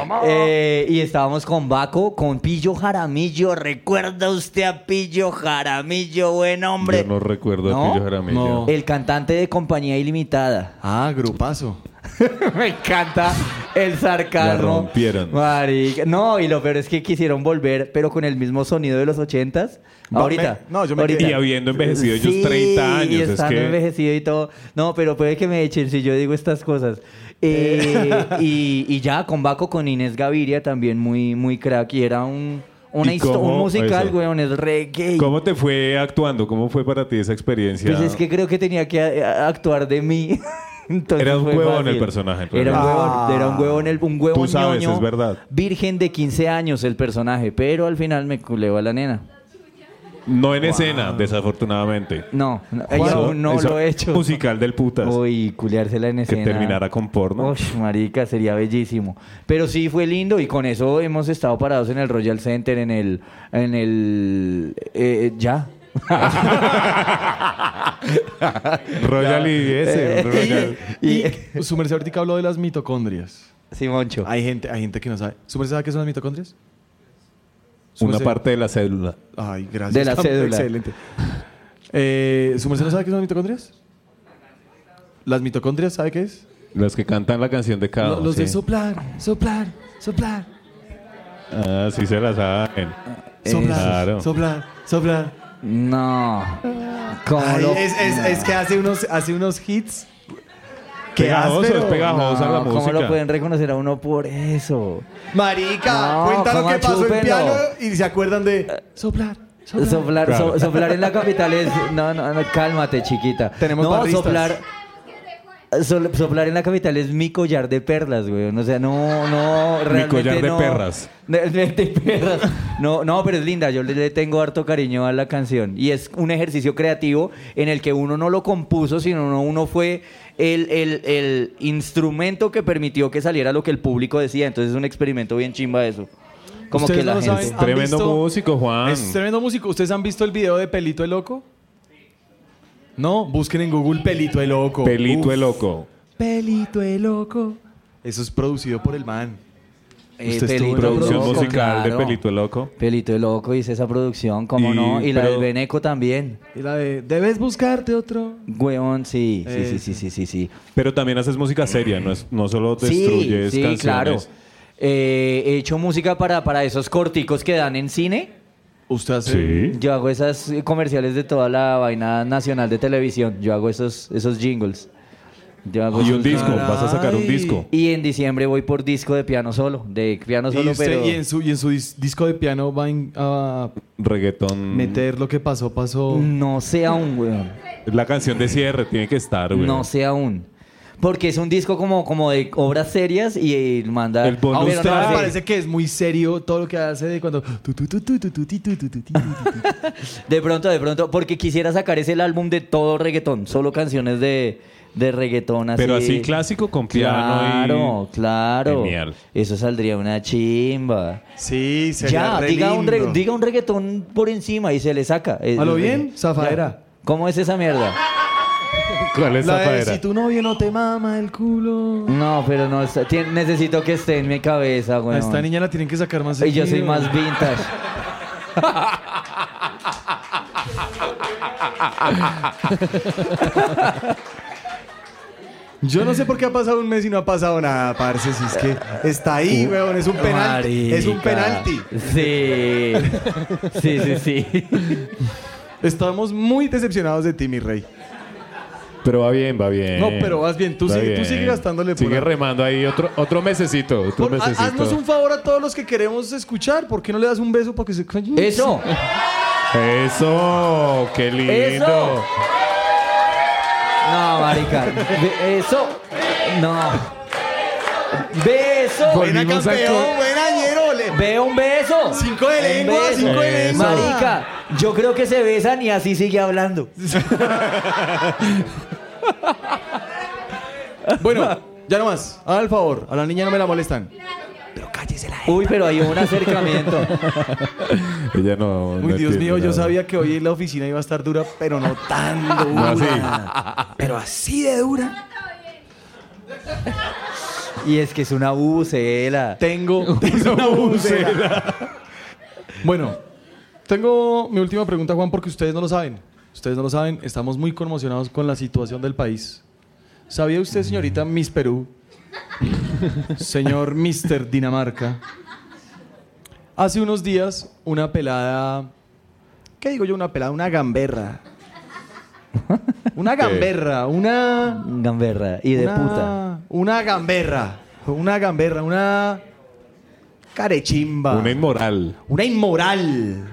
Speaker 6: mentira. Eh, y estábamos con Baco, con Pillo Jaramillo. ¿Recuerda usted a Pillo Jaramillo, buen hombre?
Speaker 5: Yo no recuerdo a Pillo Jaramillo. No.
Speaker 6: El cantante de Compañía Ilimitada.
Speaker 4: Ah, grupazo.
Speaker 6: Me encanta el
Speaker 5: La
Speaker 6: sarcasmo.
Speaker 5: rompieron.
Speaker 6: Marica. No, y lo peor es que quisieron volver, pero con el mismo sonido de los ochentas.
Speaker 5: No,
Speaker 6: ahorita.
Speaker 5: me- no, yo me
Speaker 6: ahorita.
Speaker 5: quedé. Y habiendo envejecido ellos
Speaker 6: Sí,
Speaker 5: 30 años,
Speaker 6: Y
Speaker 5: es
Speaker 6: estando
Speaker 5: que-
Speaker 6: envejecido y todo. No, pero puede que me echen si yo digo estas cosas. Eh, y, y ya, con Baco, con Inés Gaviria también muy, muy crack. Y era un, una
Speaker 5: ¿Y
Speaker 6: histo- un
Speaker 5: cómo-
Speaker 6: musical,
Speaker 5: eso?
Speaker 6: weón, es reggae.
Speaker 5: ¿Cómo te fue actuando? ¿Cómo fue para ti esa experiencia?
Speaker 6: Pues es que creo que tenía que a- a- actuar de mí. Entonces
Speaker 5: Era un
Speaker 6: fue
Speaker 5: huevón
Speaker 6: fácil.
Speaker 5: el personaje, en
Speaker 6: Era un
Speaker 5: realidad.
Speaker 6: huevón,
Speaker 5: Ah.
Speaker 6: era un huevón, el- un huevón
Speaker 5: Tú sabes,
Speaker 6: ñoño,
Speaker 5: es verdad.
Speaker 6: Virgen de 15 años el personaje, pero al final me culeo a la nena.
Speaker 5: No en escena, desafortunadamente.
Speaker 6: No, no, ella aún no
Speaker 5: Eso-
Speaker 6: lo he hecho.
Speaker 5: Musical del putas.
Speaker 6: Uy, culeársela en
Speaker 5: Que
Speaker 6: escena.
Speaker 5: terminara con porno.
Speaker 6: Uy, marica, sería bellísimo. Pero sí fue lindo y con eso hemos estado parados en el Royal Center, en el, en el, eh, ya.
Speaker 5: Royal y ese.
Speaker 6: Eh,
Speaker 5: Royal.
Speaker 4: Y, su merced ahorita habló de las mitocondrias.
Speaker 6: Sí, Moncho.
Speaker 4: Hay gente, hay gente que no sabe. ¿Su merced sabe qué son las mitocondrias? Su
Speaker 5: Una
Speaker 6: pues, eh.
Speaker 4: merced-
Speaker 5: parte de la célula.
Speaker 4: Ay, gracias.
Speaker 6: De la cédula.
Speaker 4: Excelente. Eh, ¿Su merced no sabe qué son las mitocondrias? ¿Las mitocondrias sabe qué es?
Speaker 5: Los que cantan la canción de cada
Speaker 4: Lo- los de
Speaker 5: sí.
Speaker 4: soplar, soplar, soplar.
Speaker 5: Ah, sí se la saben.
Speaker 6: Ah,
Speaker 4: Soplar,
Speaker 5: Claro.
Speaker 4: soplar, soplar.
Speaker 6: No. ¿Cómo
Speaker 4: Ay,
Speaker 6: lo-
Speaker 4: es, es- es que hace unos, hace unos hits. que
Speaker 5: Pegajosos,
Speaker 4: áspero.
Speaker 5: pegajosos a la
Speaker 6: No, ¿Cómo lo
Speaker 5: música.
Speaker 6: pueden reconocer a uno por eso?
Speaker 4: Marica,
Speaker 6: No,
Speaker 4: cuenta lo
Speaker 6: ¿cómo
Speaker 4: que pasó
Speaker 6: chúpenlo?
Speaker 4: en piano y se acuerdan de soplar. Soplar.
Speaker 6: Soplar,
Speaker 4: Claro.
Speaker 6: so- soplar en la capital es. No, no, no, cálmate, chiquita.
Speaker 4: Tenemos
Speaker 6: no,
Speaker 4: barristas.
Speaker 6: soplar. sol- soplar en la capital es mi collar de perlas, güey. O sea, no, no, realmente
Speaker 5: collar de
Speaker 6: no.
Speaker 5: perras.
Speaker 6: De, de- de perras. No, no, pero es linda. Yo le, le tengo harto cariño a la canción. Y es un ejercicio creativo en el que uno no lo compuso, sino uno, uno fue el, el- el instrumento que permitió que saliera lo que el público decía. Entonces es un experimento bien chimba eso. Como
Speaker 4: Ustedes
Speaker 6: que la
Speaker 4: no lo
Speaker 6: gente.
Speaker 4: saben, ¿han
Speaker 5: Tremendo
Speaker 4: visto?
Speaker 5: músico, Juan.
Speaker 4: Es tremendo músico. ¿Ustedes han visto el video de Pelito el Loco? No, busquen en Google Pelito el Loco.
Speaker 5: Pelito
Speaker 4: Uf.
Speaker 5: el loco.
Speaker 4: Pelito el Loco. Eso es producido por el man.
Speaker 6: Eh,
Speaker 4: Usted estuvo
Speaker 6: Pelito
Speaker 4: en la
Speaker 6: el
Speaker 5: Producción
Speaker 6: Loco,
Speaker 5: musical
Speaker 6: claro.
Speaker 5: de Pelito el loco.
Speaker 6: Pelito el Loco hice esa producción, como
Speaker 5: Y-
Speaker 6: no, y la
Speaker 5: pero-
Speaker 6: del Beneco también.
Speaker 4: Y la de Debes buscarte otro.
Speaker 6: Weón, sí, sí,
Speaker 4: Eh.
Speaker 6: sí, sí, sí, sí, sí.
Speaker 5: Pero también haces música seria, no, es, no solo destruyes
Speaker 6: sí,
Speaker 5: canciones.
Speaker 6: claro. Eh, he hecho música para, para esos corticos que dan en cine.
Speaker 4: Usted hace.
Speaker 5: Sí.
Speaker 6: Yo hago esas eh, comerciales de toda la vaina nacional de televisión. Yo hago esos, esos jingles. Yo hago
Speaker 5: Y
Speaker 6: esos
Speaker 5: un disco,
Speaker 6: jingles.
Speaker 5: vas a sacar un
Speaker 4: Caray.
Speaker 5: disco.
Speaker 6: Y en diciembre voy por disco de piano solo, de piano
Speaker 4: Y,
Speaker 6: solo,
Speaker 4: usted-
Speaker 6: pero
Speaker 4: y en su, y en su dis- disco de piano va in- a
Speaker 5: Reggaetón.
Speaker 4: meter lo que pasó, pasó.
Speaker 6: no sé aún, weón.
Speaker 5: La canción de cierre tiene que estar, güey.
Speaker 6: No sé aún. Porque es un disco como, como de obras serias y eh, manda.
Speaker 5: El bonus
Speaker 6: Pero
Speaker 4: Aunque
Speaker 6: no
Speaker 4: no me
Speaker 6: sé.
Speaker 4: parece que es muy serio todo lo que hace de cuando. tu, tu, tu, tu, tu, tu, ti, tu, tu, tu, ti, tu, tu.
Speaker 6: De pronto, de pronto. Porque quisiera sacar ese el álbum de todo reggaetón. Solo canciones de, de reggaetón así.
Speaker 5: Pero así clásico con piano
Speaker 6: Claro, claro.
Speaker 5: Genial.
Speaker 6: Eso saldría una chimba.
Speaker 4: Sí, sería
Speaker 6: Ya,
Speaker 4: re
Speaker 6: diga un, re-
Speaker 4: lindo.
Speaker 6: diga un reggaetón por encima y se le saca. Es-
Speaker 4: ¿A lo
Speaker 6: es-
Speaker 4: bien?
Speaker 6: ya.
Speaker 4: Zafadera.
Speaker 6: ¿Cómo es esa mierda?
Speaker 5: y... ¿Cuál es
Speaker 4: La de,
Speaker 5: la
Speaker 4: si tu novio no te mama el culo.
Speaker 6: No, pero no. está- tien- necesito que esté en mi cabeza,
Speaker 4: A
Speaker 6: güey.
Speaker 4: esta niña la tienen que sacar más
Speaker 6: Y yo soy
Speaker 4: seguido.
Speaker 6: más vintage.
Speaker 4: Yo no sé por qué ha pasado un mes y no ha pasado nada, parce. Si es que está ahí, weón. Es un penalti. Es un
Speaker 6: Uh, Marica.
Speaker 4: penalti.
Speaker 6: Sí. Sí, sí, sí.
Speaker 4: Estamos muy decepcionados de ti, mi rey.
Speaker 5: Pero va bien, va bien.
Speaker 4: No, pero vas Eh, bien. Tú
Speaker 5: Va
Speaker 4: sigue- tú sigue gastándole
Speaker 5: Sigue
Speaker 4: pura.
Speaker 5: remando ahí otro, otro mesecito. Otro
Speaker 4: Por- ha-
Speaker 5: mesecito.
Speaker 4: haznos un favor a todos los que queremos escuchar. ¿Por qué no le das un beso para que se callen?
Speaker 6: Eso.
Speaker 5: Eso, qué lindo.
Speaker 6: Eso. No, marica. Be- Eso. No. Beso.
Speaker 4: Buena campeón, buena ñero. le-
Speaker 6: Veo un beso.
Speaker 4: Cinco de
Speaker 6: Un
Speaker 4: lengua,
Speaker 6: beso.
Speaker 4: cinco de
Speaker 6: Eso.
Speaker 4: lengua.
Speaker 6: Marica, yo creo que se besan y así sigue hablando.
Speaker 4: Bueno, ya nomás. Haga el favor. A la niña no me la molestan. Pero
Speaker 1: Cállisela.
Speaker 6: Uy, pero hay un acercamiento.
Speaker 5: Ella no.
Speaker 4: Uy,
Speaker 5: no
Speaker 4: Dios
Speaker 5: entiende
Speaker 4: mío, yo
Speaker 5: nada.
Speaker 4: sabía que hoy en la oficina iba a estar dura, pero no tan
Speaker 5: No,
Speaker 4: dura.
Speaker 5: así.
Speaker 4: Pero así de dura.
Speaker 6: Y es que es una bucela.
Speaker 4: Tengo. Es una bucela. bueno, tengo mi última pregunta, Juan, porque ustedes no lo saben. Ustedes no lo saben. Estamos muy conmocionados con la situación del país. ¿Sabía usted, señorita Miss Perú? señor Mister Dinamarca. Hace unos días, una pelada. ¿Qué digo yo? Una pelada, una gamberra. Una gamberra, una.
Speaker 6: Gamberra. Y de
Speaker 4: Una-
Speaker 6: puta.
Speaker 4: Una gamberra. Una gamberra, una carechimba.
Speaker 5: Una inmoral.
Speaker 4: Una inmoral.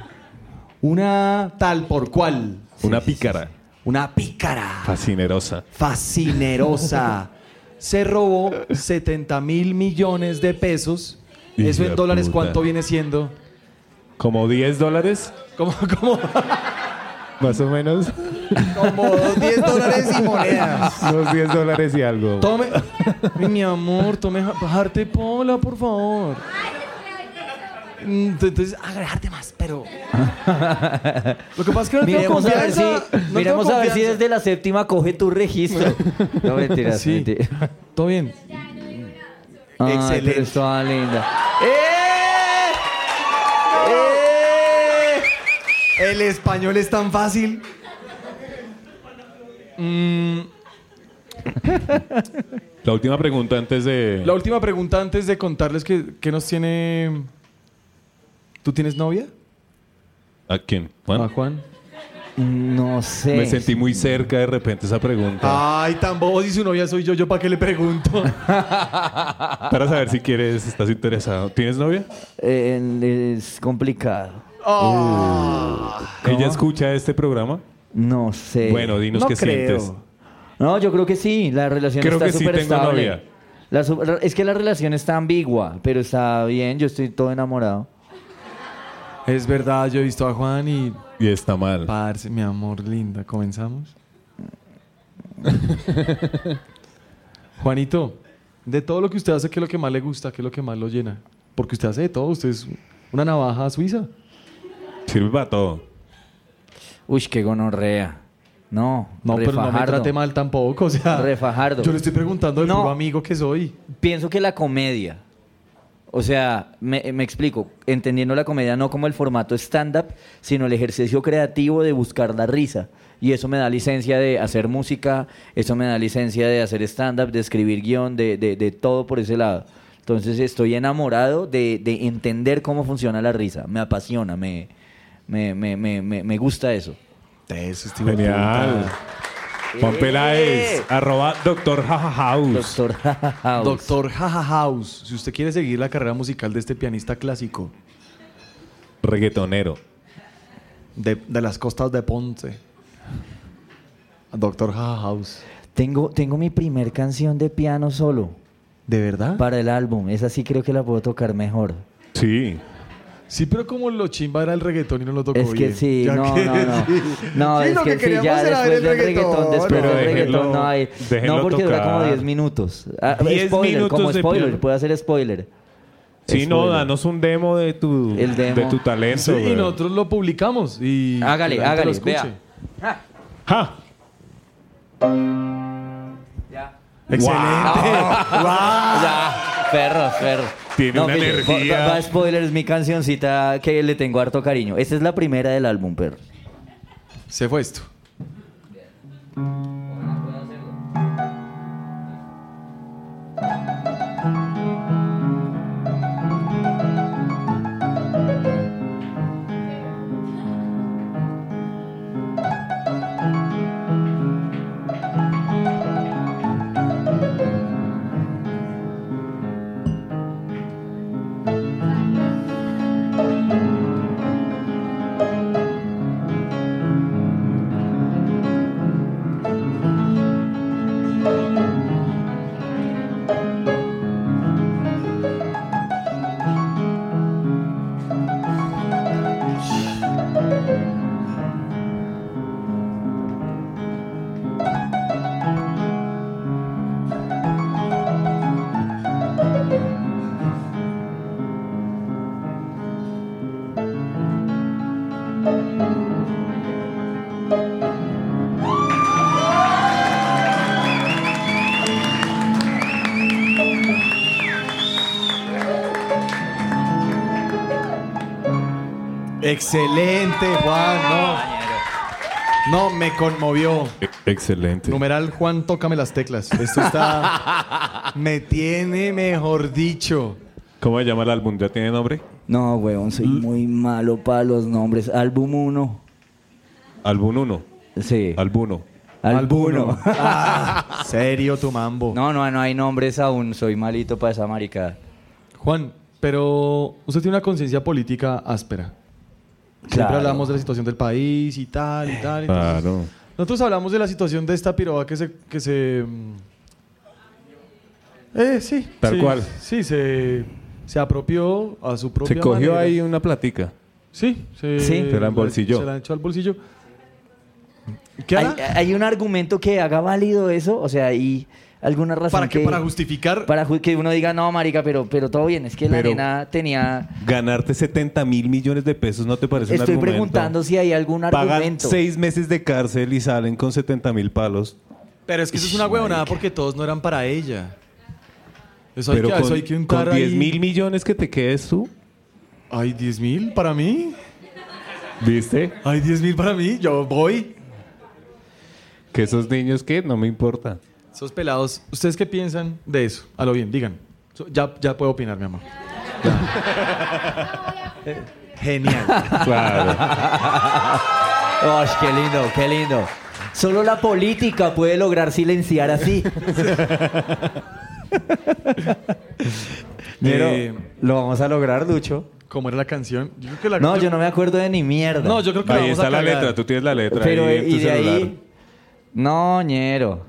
Speaker 4: Una tal por cual.
Speaker 5: una pícara.
Speaker 4: Una pícara.
Speaker 5: Fascinerosa.
Speaker 4: Fascinerosa. Se robó 70 mil millones de pesos.
Speaker 5: Hijo
Speaker 4: Eso
Speaker 5: de
Speaker 4: en dólares,
Speaker 5: puta.
Speaker 4: ¿cuánto viene siendo?
Speaker 5: ¿Como 10 dólares?
Speaker 4: Como, como,
Speaker 5: Más o menos.
Speaker 4: como 10 dólares y monedas.
Speaker 5: Unos 10 dólares y algo.
Speaker 4: Tome. Ay, mi amor, tome ja- jarte pola, por favor. Mm, t- Entonces, agregarte más, pero. Lo que pasa es que no tengo
Speaker 6: miremos a ver si,
Speaker 4: confianza. no tengo
Speaker 6: miremos a ver si
Speaker 4: confianza.
Speaker 6: desde la séptima coge tu registro. No mentiras,
Speaker 4: Sí.
Speaker 6: mentiras.
Speaker 4: Todo bien.
Speaker 6: Ay,
Speaker 4: Excelente.
Speaker 6: pero es toda linda. ¡Eh!
Speaker 4: El español es tan fácil. Mm,
Speaker 5: La última pregunta antes de.
Speaker 4: la última pregunta antes de contarles que, que nos tiene. ¿Tú tienes novia?
Speaker 5: ¿A quién? Juan.
Speaker 4: ¿A Juan?
Speaker 6: Mm, No sé.
Speaker 5: Me sentí muy cerca de repente esa pregunta.
Speaker 4: Ay, tan bobo si su novia soy yo, ¿yo para qué le pregunto?
Speaker 6: Ah.
Speaker 5: Para saber si quieres, estás interesado. ¿Tienes novia?
Speaker 6: Eh, es complicado.
Speaker 5: ¿Ella escucha este programa?
Speaker 6: No sé.
Speaker 5: Bueno, dinos
Speaker 6: No
Speaker 5: qué
Speaker 6: creo.
Speaker 5: sientes.
Speaker 6: No, yo creo que sí. La relación
Speaker 5: Creo
Speaker 6: está
Speaker 5: que sí
Speaker 6: súper
Speaker 5: tengo
Speaker 6: estable.
Speaker 5: novia.
Speaker 6: La su- la- es que la relación está ambigua, pero está bien. Yo estoy todo enamorado.
Speaker 4: Es verdad, yo he visto a Juan y.
Speaker 5: Y está mal.
Speaker 4: Parce, mi amor linda, comenzamos. Juanito, de todo lo que usted hace, ¿qué es lo que más le gusta? ¿Qué es lo que más lo llena? Porque usted hace de todo, usted es una navaja suiza.
Speaker 5: Sirve para todo.
Speaker 6: Uy, qué gonorrea. No,
Speaker 4: No, pero no me
Speaker 6: refajardo.
Speaker 4: trate mal tampoco, o sea.
Speaker 6: Refajardo.
Speaker 4: Yo le estoy preguntando al
Speaker 6: No.
Speaker 4: puro amigo que soy.
Speaker 6: Pienso que la comedia. O sea, me, me explico, entendiendo la comedia no como el formato stand-up, sino el ejercicio creativo de buscar la risa. Y eso me da licencia de hacer música, eso me da licencia de hacer stand-up, de escribir guión, de, de- de todo por ese lado. Entonces estoy enamorado de, de entender cómo funciona la risa. Me apasiona, me, me, me, me, me- me gusta eso.
Speaker 5: este Genial. Juan Peláez, arroba doctor jajajaus.
Speaker 6: Eh. Doctor House.
Speaker 4: Doctor Jaja House, si usted quiere seguir la carrera musical de este pianista clásico
Speaker 5: Reggaetonero.
Speaker 4: de, de las costas de Ponce. Doctor Jaja House.
Speaker 6: Tengo, tengo mi primer canción de piano solo.
Speaker 4: ¿De verdad?
Speaker 6: para el álbum. Esa sí creo que la puedo tocar mejor.
Speaker 5: Sí.
Speaker 4: Sí, pero como lo chimba era el reggaetón y no lo tocó
Speaker 6: es que
Speaker 4: bien.
Speaker 6: sí,
Speaker 4: Ya
Speaker 6: no,
Speaker 4: que-
Speaker 6: no, no. No,
Speaker 4: Sí,
Speaker 6: es
Speaker 4: lo
Speaker 6: que,
Speaker 4: que
Speaker 6: sí, ya
Speaker 4: queríamos era
Speaker 6: después
Speaker 4: ver
Speaker 6: del
Speaker 4: el
Speaker 6: reggaetón,
Speaker 4: reggaetón,
Speaker 6: después
Speaker 5: pero
Speaker 6: del reggaetón
Speaker 5: déjenlo-
Speaker 6: no hay. No,
Speaker 5: déjenlo
Speaker 6: porque dura como
Speaker 5: tocar.
Speaker 6: 10 minutos. Ah,
Speaker 5: 10
Speaker 6: spoiler, como
Speaker 5: minutos de
Speaker 6: spoiler,
Speaker 5: piano.
Speaker 6: puede hacer spoiler.
Speaker 5: Sí, no,
Speaker 6: Spoiler.
Speaker 5: danos un demo de tu,
Speaker 6: El demo.
Speaker 5: De tu talento.
Speaker 4: Sí, y
Speaker 5: güey.
Speaker 4: nosotros lo publicamos y
Speaker 6: Hágale,
Speaker 4: que la gente
Speaker 6: hágale,
Speaker 4: lo escuche.
Speaker 6: vea.
Speaker 5: ¡Ja!
Speaker 4: Excelente.
Speaker 6: Ah, Ya, perros, perros.
Speaker 5: Tiene una
Speaker 6: pille,
Speaker 5: energía.
Speaker 6: Va, va spoiler, es mi cancioncita que le tengo harto cariño. Esta es la primera del álbum, perros.
Speaker 4: Se fue esto.
Speaker 9: Thank
Speaker 4: Excelente, Juan. No, no me conmovió.
Speaker 5: Excelente.
Speaker 4: Numeral Juan, tócame las teclas. Esto está. me tiene, mejor dicho.
Speaker 5: ¿Cómo se llama el álbum? ¿Ya tiene nombre?
Speaker 6: No, weón, soy muy malo para los nombres. Álbum 1.
Speaker 5: Álbum 1.
Speaker 6: Sí.
Speaker 5: Albuno.
Speaker 6: Albuno.
Speaker 4: Ah, serio tu mambo.
Speaker 6: No, no, no hay nombres aún. Soy malito para esa maricada.
Speaker 4: Juan, pero usted tiene una conciencia política áspera. Siempre
Speaker 6: Claro.
Speaker 4: hablamos de la situación del país y tal, y tal. y tal.
Speaker 5: Claro.
Speaker 4: Nosotros hablamos de la situación de esta piroba que se. Que se mm, eh, sí.
Speaker 5: Tal
Speaker 4: sí,
Speaker 5: cual.
Speaker 4: Sí, se, se apropió a su propia.
Speaker 5: Se cogió
Speaker 4: manera.
Speaker 5: ahí una platica.
Speaker 4: Sí, se,
Speaker 5: Sí. Se la embolsilló.
Speaker 4: Se la echó al bolsillo.
Speaker 6: ¿Hay, eh, hay un argumento que haga válido eso? O sea, ¿hay alguna razón
Speaker 4: ¿Para qué?
Speaker 6: que,
Speaker 4: ¿Para justificar?
Speaker 6: Para ju- que uno diga, no, marica, pero, pero todo bien. Es que la
Speaker 5: Pero-
Speaker 6: nena tenía...
Speaker 5: Ganarte 70 mil millones de pesos no te parece un
Speaker 6: Estoy
Speaker 5: argumento.
Speaker 6: preguntando si hay algún
Speaker 5: Pagan
Speaker 6: argumento.
Speaker 5: seis meses de cárcel y salen con 70 mil palos.
Speaker 4: Pero es que eso es una huevonada porque todos no eran para ella. Eso hay,
Speaker 5: pero
Speaker 4: que,
Speaker 5: con,
Speaker 4: eso hay que untar
Speaker 5: con 10
Speaker 4: ahí.
Speaker 5: mil millones que te quedes tú.
Speaker 4: ¿Hay 10 mil para mí?
Speaker 5: ¿Viste?
Speaker 4: ¿Hay 10 mil para mí? Yo voy.
Speaker 5: Que esos niños, ¿qué? No me importa.
Speaker 4: Esos pelados, ¿ustedes qué piensan de eso? A lo bien, digan. So- Ya, ya puedo opinar, mi amor. Genial.
Speaker 5: Claro.
Speaker 6: Ay, qué lindo, qué lindo. Solo la política puede lograr silenciar así. Pero
Speaker 4: Eh,
Speaker 6: lo vamos a lograr, Ducho.
Speaker 4: ¿Cómo era la canción? Yo creo que la-
Speaker 6: No, yo no me acuerdo de ni mierda.
Speaker 4: No, yo creo que la
Speaker 5: Ahí
Speaker 4: vamos
Speaker 5: está
Speaker 4: a
Speaker 5: la
Speaker 4: cagar.
Speaker 5: letra, tú tienes la letra.
Speaker 6: Pero eh,
Speaker 5: ahí en
Speaker 6: y
Speaker 5: tu
Speaker 6: de
Speaker 5: celular.
Speaker 6: ahí. No, ñero.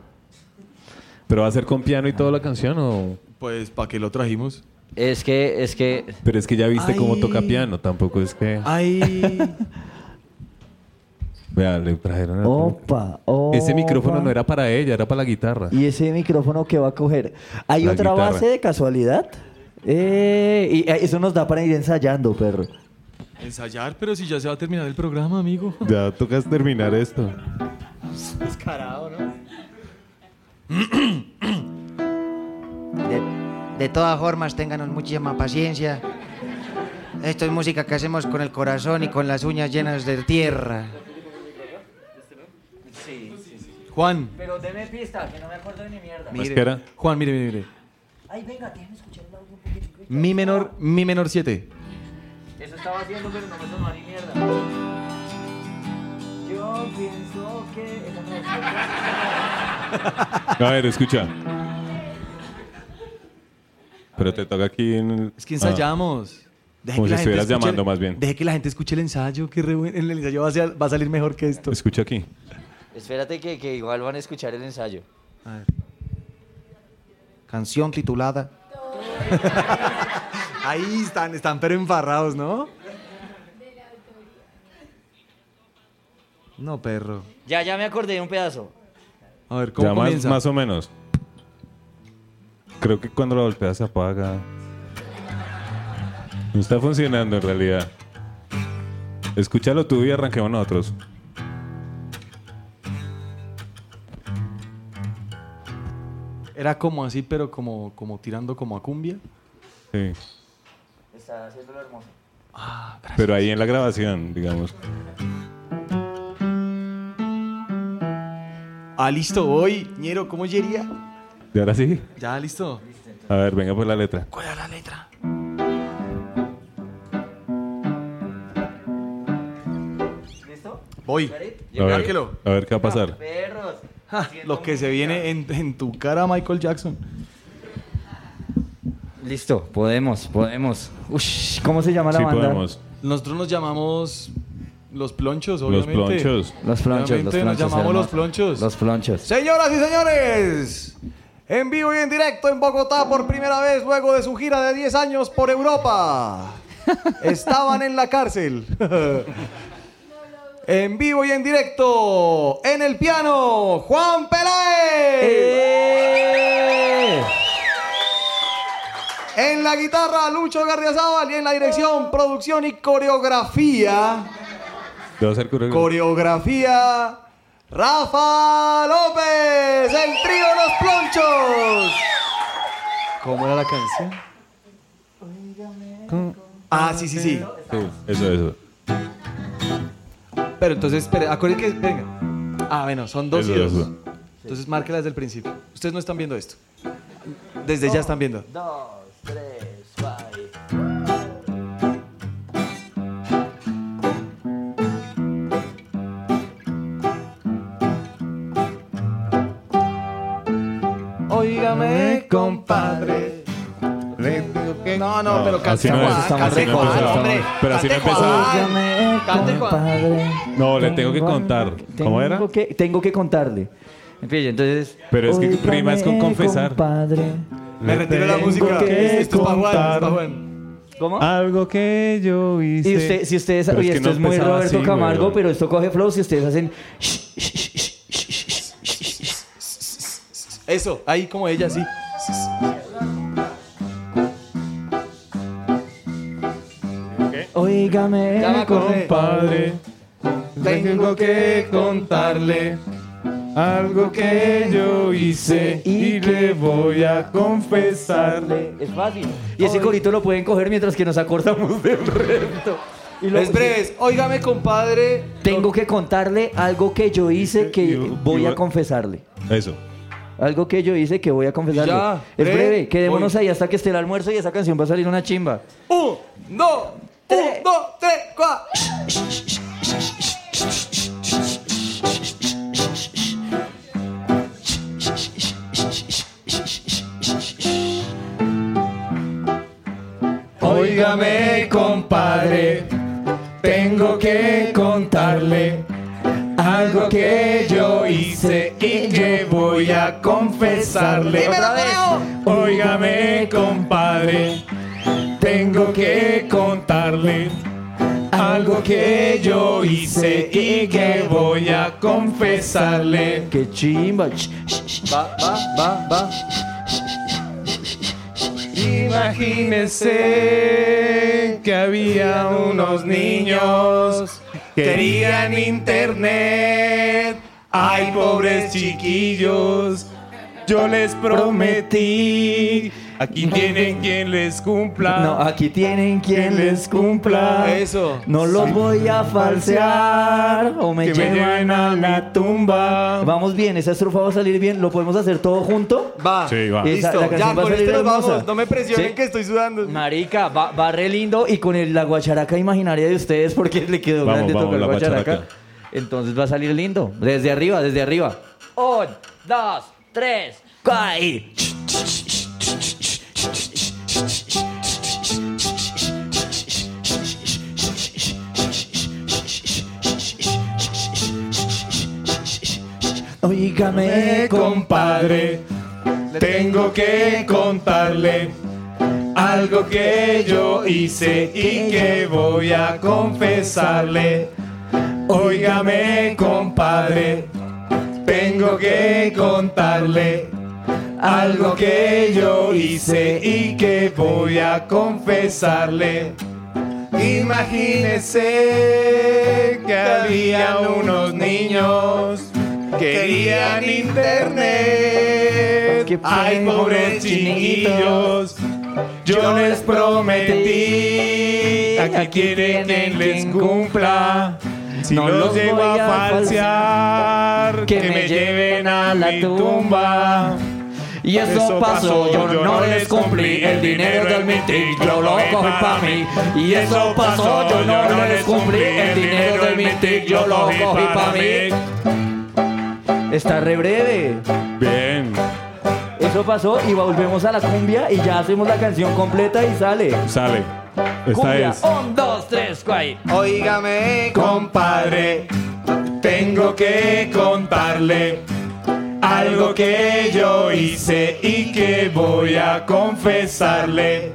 Speaker 5: ¿Pero va a ser con piano y toda la canción o.?
Speaker 4: Pues, ¿para qué lo trajimos?
Speaker 6: Es que, es que.
Speaker 5: Pero es que ya viste cómo
Speaker 6: Ay.
Speaker 5: toca piano, tampoco es que.
Speaker 4: Ay.
Speaker 5: Vea, le trajeron. a-
Speaker 6: Oh, Opa, opa.
Speaker 5: Ese micrófono no era para ella, era para la guitarra.
Speaker 6: Y ese micrófono que va a coger. ¿Hay
Speaker 5: La
Speaker 6: otra
Speaker 5: guitarra.
Speaker 6: base de casualidad? Eh, y eh, eso nos da para ir ensayando, perro.
Speaker 4: Ensayar, pero si ya se va a terminar el programa, amigo.
Speaker 5: Ya tocas terminar esto.
Speaker 10: Descarado, ¿no? De, de todas formas, ténganos muchísima paciencia. Esto es música que hacemos con el corazón y con las uñas llenas de tierra.
Speaker 4: Juan,
Speaker 6: Pero deme pista, que no me acuerdo de ni mierda.
Speaker 4: mire.
Speaker 5: que era-
Speaker 4: Juan, mire, mire, mire.
Speaker 6: Ay, venga, déjame escuchar el audio un poquito.
Speaker 4: Mi menor, mi menor 7.
Speaker 6: Eso estaba haciendo, pero no me sonó ni mierda. Yo pienso que. esa no es.
Speaker 5: A ver, escucha. Pero te toca aquí en. el- Ah,
Speaker 4: Es que ensayamos. Deje
Speaker 5: Como
Speaker 4: que
Speaker 5: si
Speaker 4: la gente
Speaker 5: estuvieras
Speaker 4: escuche el-
Speaker 5: llamando, más bien.
Speaker 4: Deje que la gente escuche el ensayo, que re buen- el ensayo va a, ser- va a salir mejor que este. esto.
Speaker 5: Escucha aquí.
Speaker 6: Espérate que, que igual van a escuchar el ensayo.
Speaker 10: Canción titulada.
Speaker 4: Ahí están, están pero embarrados, ¿no? No, perro.
Speaker 6: Ya, ya me acordé de un pedazo.
Speaker 4: A ver, ¿cómo
Speaker 5: Ya más,
Speaker 4: comienza?
Speaker 5: más o menos. Creo que cuando la volteas se apaga. No está funcionando en realidad. Escúchalo tú y arranquemos nosotros.
Speaker 4: Era como así, pero como, como tirando como a cumbia.
Speaker 5: Sí.
Speaker 6: Está haciendo lo hermoso.
Speaker 5: Pero ahí en la grabación, digamos.
Speaker 4: Ah, listo, voy. Ñero, ¿cómo yería?
Speaker 5: ¿Y ahora sí?
Speaker 4: Ya, listo.
Speaker 5: A ver, venga por la letra.
Speaker 4: Voy.
Speaker 5: A ver,
Speaker 4: Márquelo.
Speaker 5: a ver qué va a pasar.
Speaker 6: Perros.
Speaker 4: Ja, lo que se viene en, en tu cara, Michael Jackson.
Speaker 6: Listo, podemos, podemos. Ush, ¿Cómo se llama la
Speaker 5: Sí
Speaker 6: banda?
Speaker 5: podemos.
Speaker 4: Nosotros nos llamamos los plonchos, obviamente.
Speaker 5: Plonchos.
Speaker 6: Los plonchos, los
Speaker 4: Obviamente
Speaker 6: plonchos.
Speaker 4: nos llamamos
Speaker 6: hermoso.
Speaker 4: los plonchos.
Speaker 6: Los plonchos.
Speaker 4: Señoras y señores, en vivo y en directo en Bogotá por primera vez luego de su gira de 10 años por Europa. Estaban en la cárcel. En vivo y en directo, en el piano, Juan Peláez. En la guitarra, Lucho Gardiazabal. Y en la dirección, producción y coreografía.
Speaker 5: Te va a hacer coreo-
Speaker 4: Coreografía Rafa López, el trío Los Plonchos. ¿Cómo era la canción? Ah, sí, sí, sí.
Speaker 5: Sí, eso, eso. Pero entonces, espere, acuérdense que. Venga. Ah, bueno, son dos
Speaker 4: Eso,
Speaker 5: y dos.
Speaker 4: eso.
Speaker 5: Entonces, márquela desde el principio. Ustedes no están viendo esto. Desde ya están viendo. Óigame, compadre. No, no, pero
Speaker 4: así
Speaker 5: cante
Speaker 4: no es,
Speaker 5: Juan,
Speaker 4: así
Speaker 5: cante
Speaker 4: no
Speaker 5: Juan,
Speaker 4: empezaba.
Speaker 5: hombre.
Speaker 4: Pero así no
Speaker 5: Cante
Speaker 4: empezaba.
Speaker 5: Juan, Cante Juan.
Speaker 4: No, le tengo que contar. ¿Cómo era?
Speaker 6: Tengo que, tengo que contarle. En fin, entonces.
Speaker 4: Pero es que rima es con confesar.
Speaker 6: Compadre.
Speaker 5: Me retiro la música. Esto es para Juan, esto es para Juan.
Speaker 6: ¿Cómo?
Speaker 4: Algo que yo hice.
Speaker 6: Y usted, si ustedes,
Speaker 4: Pero
Speaker 6: oye,
Speaker 4: es que
Speaker 6: esto
Speaker 4: no
Speaker 6: es muy
Speaker 4: empezaba
Speaker 6: Roberto
Speaker 4: así,
Speaker 6: Camargo,
Speaker 4: weón.
Speaker 6: pero esto coge flow si ustedes hacen.
Speaker 5: Eso, ahí como ella, sí.
Speaker 6: Oígame,
Speaker 5: Ya me acordé.
Speaker 6: compadre.
Speaker 4: Tengo que contarle algo que yo hice y le voy a confesarle.
Speaker 6: Es fácil. Y ese corito lo pueden coger mientras que nos acordamos del resto. Y lo-
Speaker 5: Es breves. Óigame, compadre.
Speaker 6: Tengo que contarle algo que yo hice que voy a confesarle.
Speaker 4: Eso.
Speaker 6: Algo que yo hice que voy a confesarle.
Speaker 5: Ya,
Speaker 6: es
Speaker 5: ve,
Speaker 6: breve, quedémonos
Speaker 5: voy.
Speaker 6: ahí hasta que esté el almuerzo y esa canción va a salir una chimba.
Speaker 5: Un, dos, un, dos, tres, cuatro.
Speaker 4: Óigame, compadre, tengo que contarle algo que yo hice y que voy a confesarle.
Speaker 11: Dímelo,
Speaker 4: Óigame, compadre, tengo que contarle algo que yo hice y que voy a confesarle.
Speaker 6: ¡Qué chimba!
Speaker 5: Va, va, va, va.
Speaker 4: Imagínese que había unos niños que querían internet. Ay, pobres chiquillos, yo les prometí. Aquí tienen quien les cumpla.
Speaker 6: No, aquí tienen quien
Speaker 4: quien
Speaker 6: les cumpla.
Speaker 5: Eso.
Speaker 6: No los voy a falsear o me
Speaker 4: Que me
Speaker 6: llevan
Speaker 4: lleven
Speaker 6: a la
Speaker 4: tumba.
Speaker 6: Vamos bien, esa estrofa va a salir bien. ¿Lo podemos hacer todo junto?
Speaker 5: Va.
Speaker 4: Sí, va.
Speaker 6: Esa-
Speaker 5: Listo,
Speaker 6: la
Speaker 5: ya
Speaker 6: canción va a
Speaker 5: con
Speaker 6: salir
Speaker 5: esto nos
Speaker 6: hermosa.
Speaker 5: vamos. No me presionen
Speaker 6: Sí.
Speaker 5: que estoy sudando.
Speaker 6: Marica, va, va re lindo y con el- la guacharaca imaginaria de ustedes porque le quedó
Speaker 4: Vamos,
Speaker 6: grande
Speaker 4: vamos,
Speaker 6: tocar
Speaker 4: la
Speaker 6: guacharaca.
Speaker 4: guacharaca.
Speaker 6: Entonces va a salir lindo. Desde arriba, desde arriba. Un, dos, tres, caí. Oígame,
Speaker 4: compadre, tengo que contarle algo que yo hice y que voy a confesarle. Óigame, compadre, tengo que contarle algo que yo hice y que voy a confesarle. Imagínese que habían unos niños querían internet. Ay, pobres chiquillos, yo les prometí. Aquí quieren quien les cumpla. Si
Speaker 6: No
Speaker 4: no
Speaker 6: los
Speaker 4: los llego
Speaker 6: voy a
Speaker 4: a falsear, que me lleven a mi tumba.
Speaker 6: Y eso pasó, yo no les cumplí el dinero del mitin, yo lo cogí para mí. Y eso pasó, yo no les cumplí el dinero del mitin, yo lo cogí para mí. Está re breve.
Speaker 4: Bien,
Speaker 6: Eso pasó y volvemos a la cumbia y ya hacemos la canción completa y sale.
Speaker 4: sale.
Speaker 6: Cumbia, un, dos, tres, cuay.
Speaker 5: Óigame,
Speaker 4: compadre, tengo que contarle algo que yo hice y que voy a confesarle.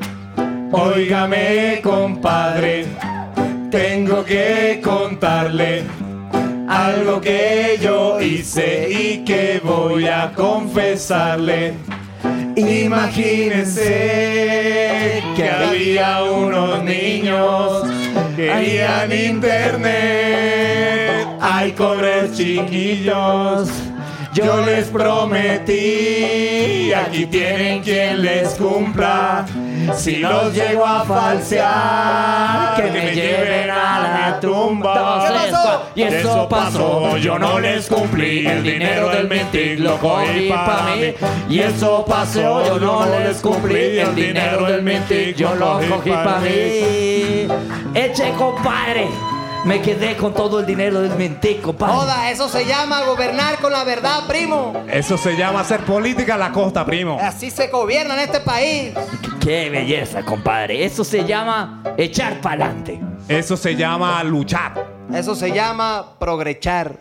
Speaker 4: Óigame, compadre, tengo que contarle algo que yo hice y que voy a confesarle. Imagínense que había unos niños que querían internet. Ay, pobres chiquillos, yo les prometí. Aquí tienen quien les cumpla.
Speaker 9: Si los llego a falsear, que me lleven a la tumba.
Speaker 6: Dos, tres, cuatro.
Speaker 9: Y eso pasó, yo no les cumplí el dinero del mentir, lo cogí para mí. Y eso pasó, yo no les cumplí el dinero del mentir, yo lo cogí para mí.
Speaker 6: Eche, compadre. Me quedé con todo el dinero del mentir, compadre.
Speaker 10: Joda, eso se llama gobernar con la verdad, primo.
Speaker 12: Eso se llama hacer política a la costa, primo.
Speaker 10: Así se gobierna en este país.
Speaker 6: Qué belleza, compadre. Eso se llama echar pa'lante.
Speaker 12: Eso se llama luchar.
Speaker 10: Eso se llama progrechar.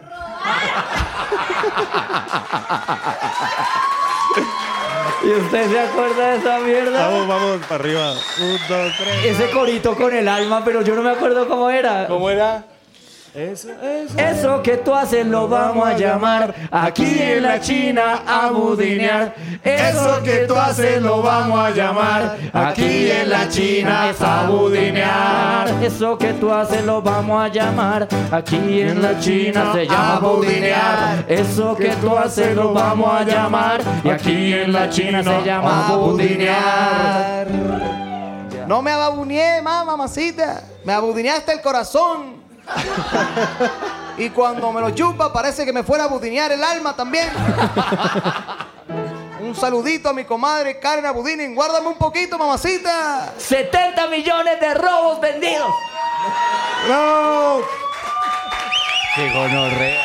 Speaker 6: ¿Y usted se acuerda de esa mierda?
Speaker 5: Vamos, vamos, para arriba. Un, dos, tres.
Speaker 6: Ese corito con el alma, pero yo no me acuerdo cómo era.
Speaker 5: ¿Cómo era?
Speaker 6: Eso, eso. Eso que tú haces lo vamos a llamar aquí en la China a budinear.
Speaker 9: Eso que tú haces lo vamos a llamar aquí en la China a budinear.
Speaker 6: Eso que tú haces lo vamos a llamar aquí en la China se
Speaker 9: a
Speaker 6: llama
Speaker 9: budinear.
Speaker 6: budinear. Eso que tú haces lo vamos a llamar y aquí en la China se llama
Speaker 9: a
Speaker 6: budinear.
Speaker 10: No me ababuneé más, mamacita. Me abudineaste el corazón. y cuando me lo chupa, parece que me fuera a abudinear el alma también. un saludito a mi comadre Karen Abudinen. Guárdame un poquito, mamacita.
Speaker 6: 70 millones de robos vendidos.
Speaker 10: ¡No!
Speaker 5: Qué gonorrea.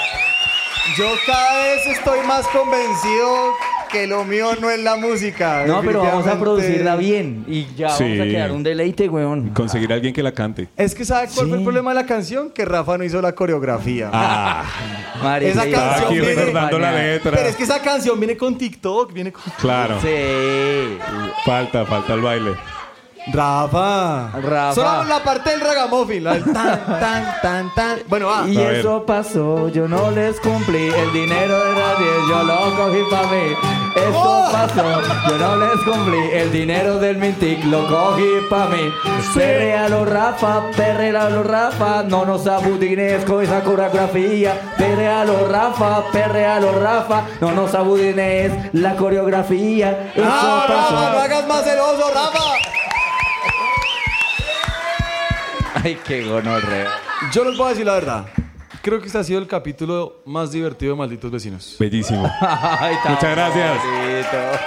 Speaker 10: Yo cada vez estoy más convencido que lo mío no es la música.
Speaker 6: No, pero vamos a
Speaker 10: definitivamente.
Speaker 6: producirla bien y ya vamos a
Speaker 5: Sí.
Speaker 6: quedar un deleite, weón.
Speaker 5: Conseguir a alguien que la cante.
Speaker 10: Es que ¿sabes cuál fue el problema de la canción? Que Rafa no hizo la coreografía.
Speaker 4: Ah,
Speaker 10: Esa
Speaker 5: Estaba
Speaker 10: canción
Speaker 5: Ah, aquí
Speaker 10: viene-
Speaker 5: recordando la letra.
Speaker 10: Pero es que esa canción viene con TikTok, viene con...
Speaker 5: Claro.
Speaker 6: Sí.
Speaker 5: Falta, falta el baile.
Speaker 10: Rafa.
Speaker 6: Rafa.
Speaker 10: Solo la parte del ragamuffin, la del tan, tan, tan, tan. Bueno, ah.
Speaker 4: Ah.
Speaker 10: va.
Speaker 6: Y
Speaker 5: A ver.
Speaker 6: eso pasó, yo no les cumplí el dinero de nadie, yo lo cogí para mí. Eso pasó, yo no les cumplí el dinero del Mintic, lo cogí para mí. Perrea los Rafa, perrea los Rafa, no nos abudines con esa coreografía. Perrea los Rafa, perrea los Rafa, no nos abudines la coreografía. Eso
Speaker 10: No, Ah, Rafa, no
Speaker 6: pasó.
Speaker 10: hagas más el oso, Rafa.
Speaker 6: Ay, qué gonorrea.
Speaker 4: Yo les voy a decir la verdad. Creo que este ha sido el capítulo más divertido de Malditos Vecinos.
Speaker 5: Bellísimo.
Speaker 6: Ay, tan
Speaker 5: Muchas gracias.
Speaker 6: bonito.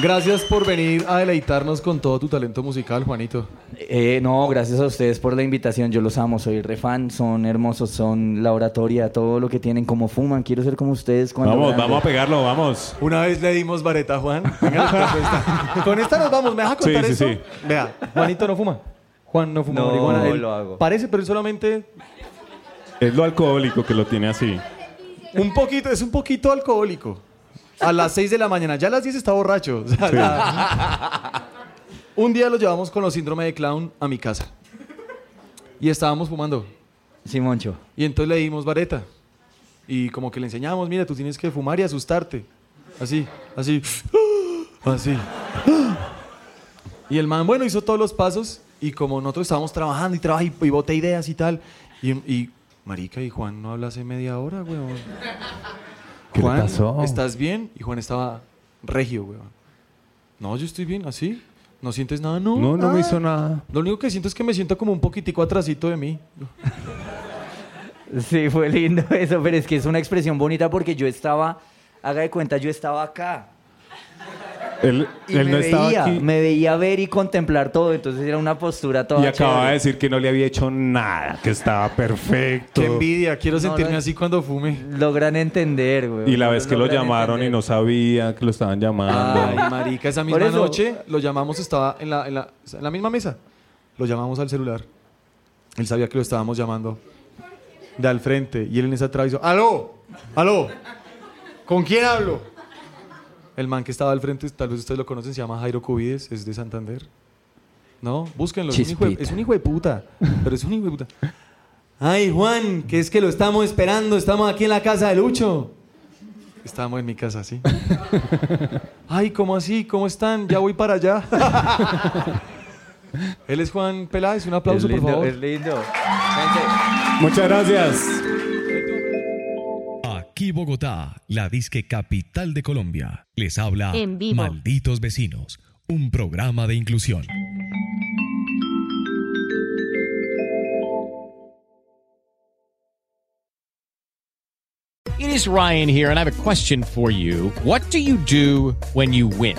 Speaker 4: Gracias por venir a deleitarnos con todo tu talento musical, Juanito.
Speaker 6: Eh, no, gracias a ustedes por la invitación. Yo los amo, soy re fan, son hermosos, son la oratoria, todo lo que tienen, como fuman. Quiero ser como ustedes cuando.
Speaker 5: Vamos,
Speaker 6: grande.
Speaker 5: vamos a pegarlo, vamos.
Speaker 4: Una vez le dimos vareta a Juan. Venga, la propuesta. Con esta nos vamos. ¿Me deja
Speaker 5: Sí,
Speaker 4: contar
Speaker 5: sí,
Speaker 4: eso?
Speaker 5: sí.
Speaker 4: Vea, Juanito no fuma. Juan no fuma
Speaker 6: No,
Speaker 4: marihuana. Él
Speaker 6: lo hago.
Speaker 4: Parece, pero él solamente
Speaker 5: Es lo alcohólico que lo tiene así.
Speaker 4: un poquito, es un poquito alcohólico. A las 6 de la mañana. Ya a las 10 está borracho. O sea, ya- Un día lo llevamos con los síndrome de clown a mi casa. Y estábamos fumando.
Speaker 6: Sí, Moncho.
Speaker 4: Y entonces le dimos vareta. Y como que le enseñamos, mira, tú tienes que fumar y asustarte. Así, así, así. Y el man, bueno, hizo todos los pasos. Y como nosotros estábamos trabajando y trabajé y, y boté ideas y tal. Y, y, marica, y Juan no habla hace media hora, weón.
Speaker 12: ¿Qué le
Speaker 4: Juan,
Speaker 12: pasó?
Speaker 4: ¿estás bien? Y Juan estaba regio, weón. No, yo estoy bien, así. ¿No sientes nada? No.
Speaker 12: No, no me
Speaker 4: Ah.
Speaker 12: hizo nada.
Speaker 4: Lo único que siento es que me siento como un poquitico atrasito de mí.
Speaker 6: Sí, fue lindo eso, pero es que es una expresión bonita porque yo estaba, haga de cuenta, yo estaba acá.
Speaker 5: Él,
Speaker 6: Y
Speaker 5: él
Speaker 6: me
Speaker 5: no estaba
Speaker 6: veía,
Speaker 5: aquí
Speaker 6: me veía ver y contemplar todo, entonces era una postura toda.
Speaker 5: y acababa de
Speaker 6: Ah, chévere.
Speaker 5: decir que no le había hecho nada, que estaba perfecto.
Speaker 4: Qué envidia, quiero
Speaker 6: No,
Speaker 4: sentirme
Speaker 6: no.
Speaker 4: así cuando fume.
Speaker 6: Logran entender, güey.
Speaker 5: Y la vez que lo
Speaker 6: Logran
Speaker 5: llamaron y
Speaker 6: entender.
Speaker 5: no sabía que lo estaban
Speaker 4: Ay,
Speaker 5: llamando.
Speaker 4: marica, esa
Speaker 6: Por
Speaker 4: misma
Speaker 6: eso-
Speaker 4: noche lo llamamos, estaba en la, en, la, en la misma mesa. Lo llamamos al celular. Él sabía que lo estábamos llamando de al frente. Y él en esa traba hizo, ¡Aló! ¡Aló! ¿Con quién hablo? El man que estaba al frente, tal vez ustedes lo conocen, se llama Jairo Cubides, es de Santander. ¿No? Búsquenlo. Es un, hijo de,
Speaker 6: Chispita.
Speaker 4: es un hijo de puta. Pero es un hijo de puta. Ay, Juan, que es que lo estamos esperando. Estamos aquí en la casa de Lucho. Estábamos en mi casa, sí. Ay, ¿cómo así? ¿Cómo están? Ya voy para allá. Él es Juan Peláez. Un
Speaker 6: Es
Speaker 4: aplauso, por
Speaker 6: lindo,
Speaker 4: favor.
Speaker 6: es lindo.
Speaker 5: Muchas gracias.
Speaker 2: Aquí Bogotá, la disque capital de Colombia. Les habla
Speaker 13: En vivo.
Speaker 2: Malditos Vecinos,
Speaker 4: Un programa de inclusión.
Speaker 14: It is Ryan here, and I have a question for you. What do you do when you win?